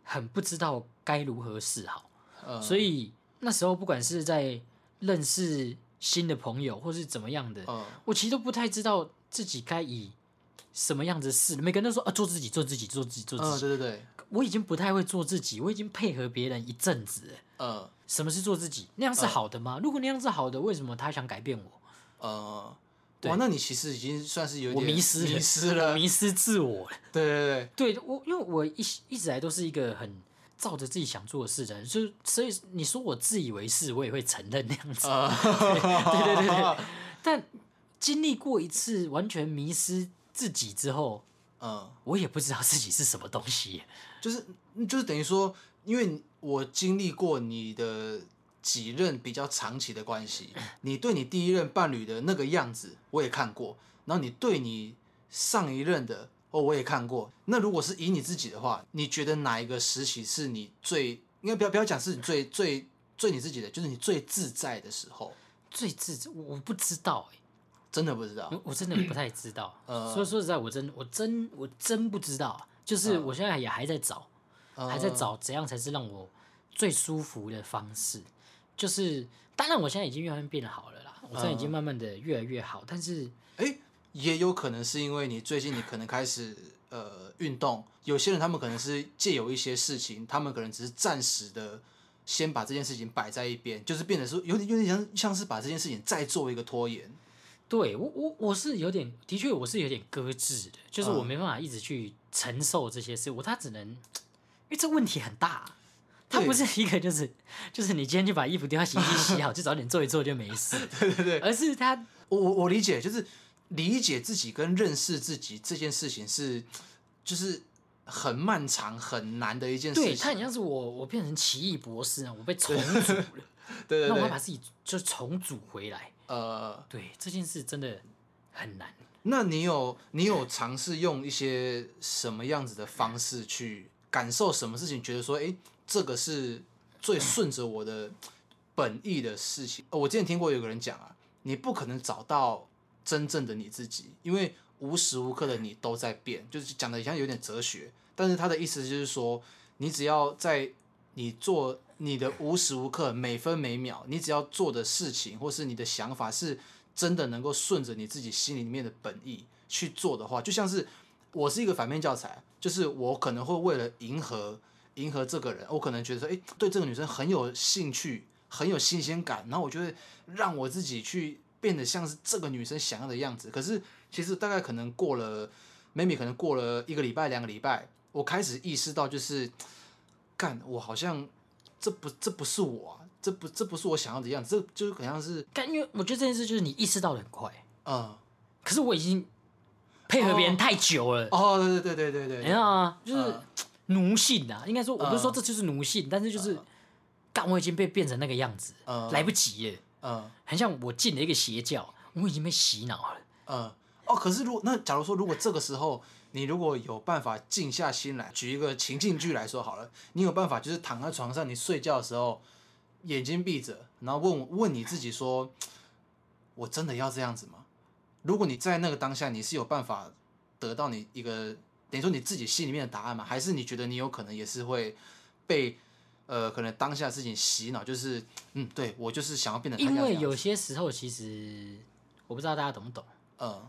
Speaker 2: 很不知道该如何是好。
Speaker 1: 呃，
Speaker 2: 所以那时候不管是在认识新的朋友，或是怎么样的，
Speaker 1: 呃，
Speaker 2: 我其实都不太知道自己该以什么样子试。每个人都说啊，做自己，做自己，做自己，做
Speaker 1: 嗯，
Speaker 2: 自己。
Speaker 1: 对对对，
Speaker 2: 我已经不太会做自己，我已经配合别人一阵子了。
Speaker 1: 呃
Speaker 2: 什么是做自己？那
Speaker 1: 嗯
Speaker 2: 样是好的吗？如果那样是好的，为什么他想改变我？
Speaker 1: 呃，
Speaker 2: 对
Speaker 1: 哇，那你其实已经算是有
Speaker 2: 我
Speaker 1: 点
Speaker 2: 迷失了，
Speaker 1: 迷失了，
Speaker 2: 我迷失自我了。
Speaker 1: 对对对，
Speaker 2: 对我，因为我一一直来都是一个很照着自己想做的事的，就是所以你说我自以为是，我也会承认那样子。
Speaker 1: 呃，
Speaker 2: <laughs> 对对对对，但经历过一次完全迷失自己之后，
Speaker 1: <laughs> 嗯，
Speaker 2: 我也不知道自己是什么东西耶。
Speaker 1: 就是嗯就是等于说，因为你我经历过你的几任比较长期的关系，你对你第一任伴侣的那个样子我也看过，然后你对你上一任的哦我也看过。那如果是以你自己的话，你觉得哪一个时期是你最应该不要不要讲是你最最最你自己的，就是你最自在的时候？
Speaker 2: 最自我我不知道哎，
Speaker 1: 真的不知道，
Speaker 2: 我我真的不太知道。
Speaker 1: 呃
Speaker 2: 所以说实在，我真我真我真不知道啊，就是
Speaker 1: 嗯
Speaker 2: 我现在也还在找，
Speaker 1: 呃
Speaker 2: 还在找怎样才是让我最舒服的方式。就是当然，我现在已经慢慢变好了啦，我现在已经
Speaker 1: 嗯
Speaker 2: 慢慢的越来越好，但是
Speaker 1: 也有可能是因为你最近你可能开始呃运动，有些人他们可能是借由一些事情，他们可能只是暂时的先把这件事情摆在一边，就是变得说有点有点像像是把这件事情再做一个拖延。
Speaker 2: 对我我我是有点，的确我是有点搁置的，就是我
Speaker 1: 嗯
Speaker 2: 没办法一直去承受这些事，我他只能，因为这问题很大啊、它不
Speaker 1: 对
Speaker 2: 是一个就是就是你今天就把衣服丢到洗衣机洗好，就早点做一做就没事，
Speaker 1: <laughs> 对对对，
Speaker 2: 而是它
Speaker 1: 我我我理解，就是理解自己跟认识自己这件事情是就是很漫长很难的一件事情。
Speaker 2: 对它很像是我我变成奇异博士啊，我被重组了，
Speaker 1: 对
Speaker 2: 那
Speaker 1: 对
Speaker 2: 我要
Speaker 1: 对
Speaker 2: 把，自己就重组回来，
Speaker 1: 呃，
Speaker 2: 对这件事真的很难。
Speaker 1: 那你有你有尝试用一些什么样子的方式去感受什么事情？觉得说，哎、这个是最顺着我的本意的事情。呃我之前听过有个人讲啊，你不可能找到真正的你自己，因为无时无刻的你都在变，就是讲的像有点哲学，但是他的意思就是说，你只要在你做你的无时无刻每分每秒，你只要做的事情或是你的想法是真的能够顺着你自己心里面的本意去做的话，就像是我是一个反面教材，就是我可能会为了迎合迎合这个人，我可能觉得说，诶，对这个女生很有兴趣，很有新鲜感，然后我就会让我自己去变得像是这个女生想要的样子。可是其实大概可能过了，maybe 可能过了一个礼拜、两个礼拜，我开始意识到就是，干，我好像这不这不是我、啊，这不这不是我想要的样子，这就是好像是，
Speaker 2: 但因为我觉得这件事就是你意识到的很快，
Speaker 1: 嗯，
Speaker 2: 可是我已经配合别人
Speaker 1: 哦
Speaker 2: 太久了。
Speaker 1: 哦，对对对对对
Speaker 2: 你
Speaker 1: 对
Speaker 2: 知，道吗？哎就是
Speaker 1: 嗯
Speaker 2: 奴性啊，应该说，我不是说
Speaker 1: 嗯
Speaker 2: 这就是奴性，但是就是，干我已经被变成那个样子，
Speaker 1: 嗯
Speaker 2: 来不及了，
Speaker 1: 嗯
Speaker 2: 很像我进了一个邪教，我已经被洗脑了。
Speaker 1: 嗯。哦，可是如果那假如说，如果这个时候你如果有办法静下心来，举一个情境剧来说好了，你有办法就是躺在床上，你睡觉的时候眼睛闭着，然后问我问你自己说，我真的要这样子吗？如果你在那个当下你是有办法得到你一个等于说你自己心里面的答案吗？还是你觉得你有可能也是会被呃可能当下的事情洗脑，就是嗯，对我就是想要变得他
Speaker 2: 因
Speaker 1: 要的
Speaker 2: 为
Speaker 1: 样
Speaker 2: 有
Speaker 1: 子
Speaker 2: 些时候，其实我不知道大家懂不懂，
Speaker 1: 嗯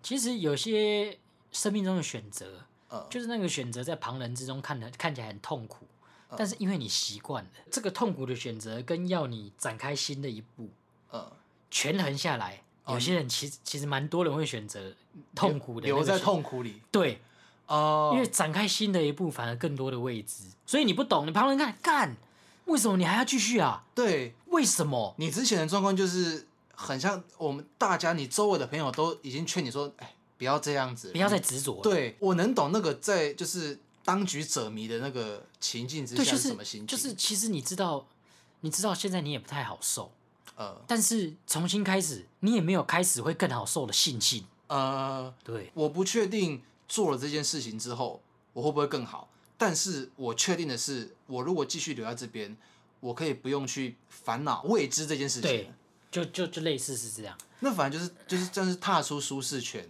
Speaker 2: 其实有些生命中的选择，
Speaker 1: 嗯
Speaker 2: 就是那个选择在旁人之中看的看起来很痛苦，
Speaker 1: 嗯
Speaker 2: 但是因为你习惯了这个痛苦的选择，跟要你展开新的一步，
Speaker 1: 嗯
Speaker 2: 权衡下来，
Speaker 1: 哦
Speaker 2: 有
Speaker 1: 你
Speaker 2: 些人其实其实蛮多人会选择痛苦的那
Speaker 1: 留
Speaker 2: 个
Speaker 1: 在
Speaker 2: 选
Speaker 1: 痛苦里
Speaker 2: 对，
Speaker 1: 哦，
Speaker 2: 因为展开新的一步，反而更多的未知，所以你不懂，你旁人看干，为什么你还要继续啊？
Speaker 1: 对
Speaker 2: 为什么？
Speaker 1: 你之前的状况就是很像我们大家，你周围的朋友都已经劝你说，哎，不要这样子，嗯
Speaker 2: 不要再执着了。
Speaker 1: 对我能懂那个在就是当局者迷的那个情境之
Speaker 2: 对，
Speaker 1: 下
Speaker 2: 就
Speaker 1: 什么
Speaker 2: 是
Speaker 1: 心情？
Speaker 2: 就是，其实你知道，你知道现在你也不太好受，
Speaker 1: 呃
Speaker 2: 但是重新开始，你也没有开始会更好受的信心。
Speaker 1: 呃，
Speaker 2: 对，
Speaker 1: 我不确定做了这件事情之后我会不会更好，但是我确定的是，我如果继续留在这边，我可以不用去烦恼未知这件事
Speaker 2: 对
Speaker 1: 情。
Speaker 2: 就就就类似是这样。
Speaker 1: 那反正就是就是这样是踏出舒适圈。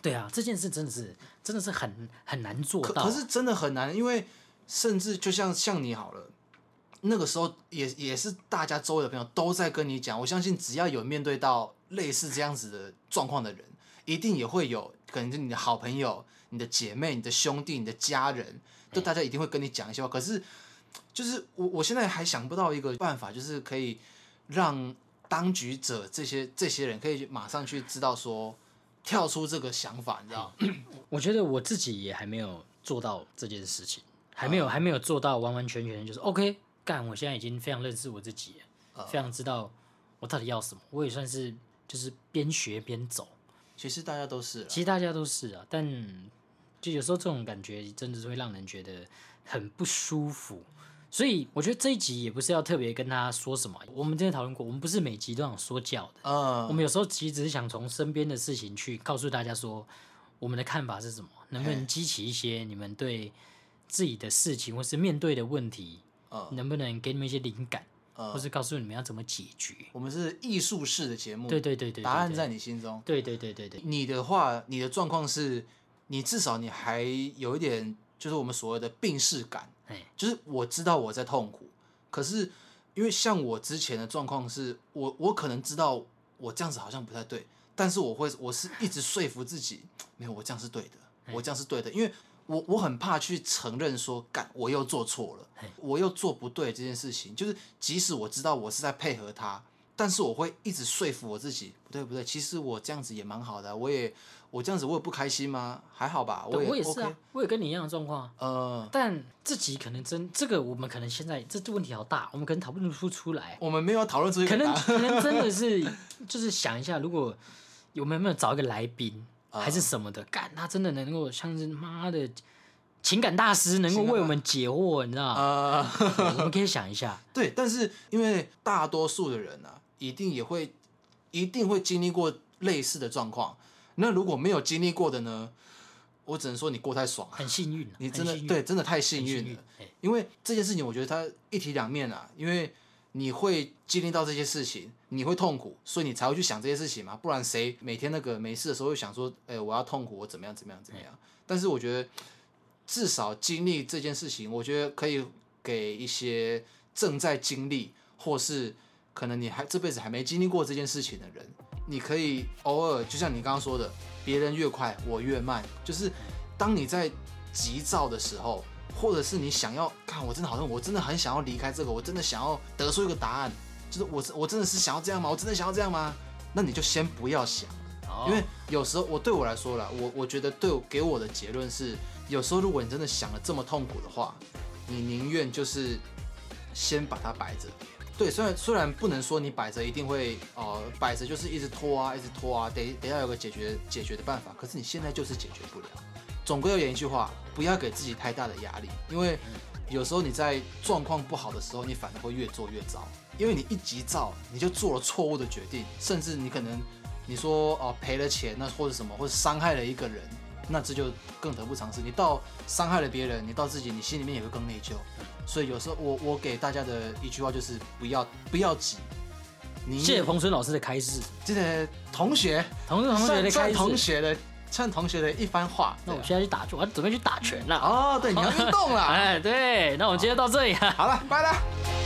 Speaker 2: 对啊，这件事真的是真的是很很难做
Speaker 1: 可
Speaker 2: 到。
Speaker 1: 可是真的很难，因为甚至就像像你好了，那个时候也也是大家周围的朋友都在跟你讲，我相信只要有面对到类似这样子的状况的人，一定也会有，可能是你的好朋友、你的姐妹、你的兄弟、你的家人，
Speaker 2: 嗯
Speaker 1: 就大家一定会跟你讲一些话。可是就是我我现在还想不到一个办法，就是可以让当局者这些这些人可以马上去知道说。跳
Speaker 2: 嗯
Speaker 1: 出这个想法，你知道吗？
Speaker 2: 我觉得我自己也还没有做到这件事情，还没有、还没有做到完完全全就是 OK。干，我现在已经非常认识我自己了，非常知道我到底要什么。我也算是就是边学边走。
Speaker 1: 其实大家都是啦，
Speaker 2: 其实大家都是啊，但就有时候这种感觉真的是会让人觉得很不舒服。所以我觉得这一集也不是要特别跟他说什么，我们之前讨论过，我们不是每集都想说教的，我
Speaker 1: 嗯，
Speaker 2: 们有时候其实只是想从身边的事情去告诉大家说我们的看法是什么，能不能
Speaker 1: 嘿
Speaker 2: 激起一些你们对自己的事情或是面对的问题，
Speaker 1: 嗯
Speaker 2: 能不能给你们一些灵感，
Speaker 1: 嗯
Speaker 2: 或是告诉你们要怎么解决。
Speaker 1: 我们是艺术式的节目，
Speaker 2: 对对对
Speaker 1: 嗯
Speaker 2: 对，对
Speaker 1: 答案在，你心中。
Speaker 2: 对对对对对，
Speaker 1: 你的话，你的状况是，你至少你还有一点，就是我们所谓的病逝感，
Speaker 2: 哎，
Speaker 1: 就是我知道我在痛苦，可是因为像我之前的状况是，我我可能知道我这样子好像不太对，但是我会我是一直说服自己，没有我这样是对
Speaker 2: 哎
Speaker 1: 的，我这样是对的，因为我我很怕去承认说，干我又做错了
Speaker 2: 嘿，
Speaker 1: 我又做不对这件事情，就是即使我知道我是在配合他。但是我会一直说服我自己，不对不对，其实我这样子也蛮好的啊、我也我这样子我也不开心吗？还好吧，
Speaker 2: 对
Speaker 1: 也
Speaker 2: 我
Speaker 1: 我
Speaker 2: 也是
Speaker 1: OK,
Speaker 2: 啊，我也跟你一样的状况啊。
Speaker 1: 呃，
Speaker 2: 但这集可能真这个，我们可能现在这这问题好大，我们可能讨论不出来。
Speaker 1: 我们没有讨论出一
Speaker 2: 可
Speaker 1: 个答
Speaker 2: 能
Speaker 1: 案，
Speaker 2: 可能真的是 <laughs> 就是想一下，如果有没有没有找一个来宾
Speaker 1: 啊
Speaker 2: 还是什么的，干他真的能够像是妈的情感大师，能够为我们解惑，你知道吗？
Speaker 1: 呃，
Speaker 2: 对我们可以想一下，
Speaker 1: 对，但是因为大多数的人啊，一定也会一定会经历过类似的状况。那如果没有经历过的呢，我只能说你过太爽了，
Speaker 2: 很幸运啊，
Speaker 1: 你
Speaker 2: 很
Speaker 1: 真的
Speaker 2: 幸运
Speaker 1: 对，真的太
Speaker 2: 很
Speaker 1: 幸
Speaker 2: 幸
Speaker 1: 运
Speaker 2: 运
Speaker 1: 了。，
Speaker 2: 哎
Speaker 1: 因为这件事情，我觉得它一体两面啊，因为你会经历到这些事情，你会痛苦，所以你才会去想这些事情嘛。不然谁每天那个没事的时候会想说，哎、我要痛苦，我怎么样怎么样怎么样？但是我觉得至少经历这件事情，我觉得可以给一些正在经历，或是可能你还这辈子还没经历过这件事情的人，你可以偶尔，就像你刚刚说的，别人越快，我越慢，就是当你在急躁的时候，或者是你想要看，我真的好像我真的很想要离开这个，我真的想要得出一个答案，就是我是我真的是想要这样吗？我真的想要这样吗？那你就先不要想。
Speaker 2: 哦
Speaker 1: 因为有时候我对我来说啦，我我觉得对我给我的结论是，有时候如果你真的想的这么痛苦的话，你宁愿就是先把它摆着。对，虽然虽然不能说你摆着一定会呃摆着就是一直拖啊，一直拖啊，得得要有个解决解决的办法。可是你现在就是解决不了。总归而言一句话，不要给自己太大的压力，因为有时候你在状况不好的时候，你反而会越做越糟，因为你一急躁，你就做了错误的决定，甚至你可能你说哦、赔了钱，那或者什么，或者伤害了一个人，那这就更得不偿失。你到伤害了别人，你到自己，你心里面也会更内疚。所以有时候我我给大家的一句话就是不要不要急，你
Speaker 2: 谢谢彭春老师的开示，
Speaker 1: 这个同学，
Speaker 2: 同同学
Speaker 1: 算
Speaker 2: 的
Speaker 1: 算
Speaker 2: 开
Speaker 1: 同
Speaker 2: 示。
Speaker 1: 学的算同学的一番话。
Speaker 2: 那
Speaker 1: 对
Speaker 2: 我
Speaker 1: 啊
Speaker 2: 现在去打拳，我要准备去打拳了。哎
Speaker 1: 哦，对，你要运动啦。
Speaker 2: 哎，对，那我们今天到这里啊。
Speaker 1: 好了，拜了。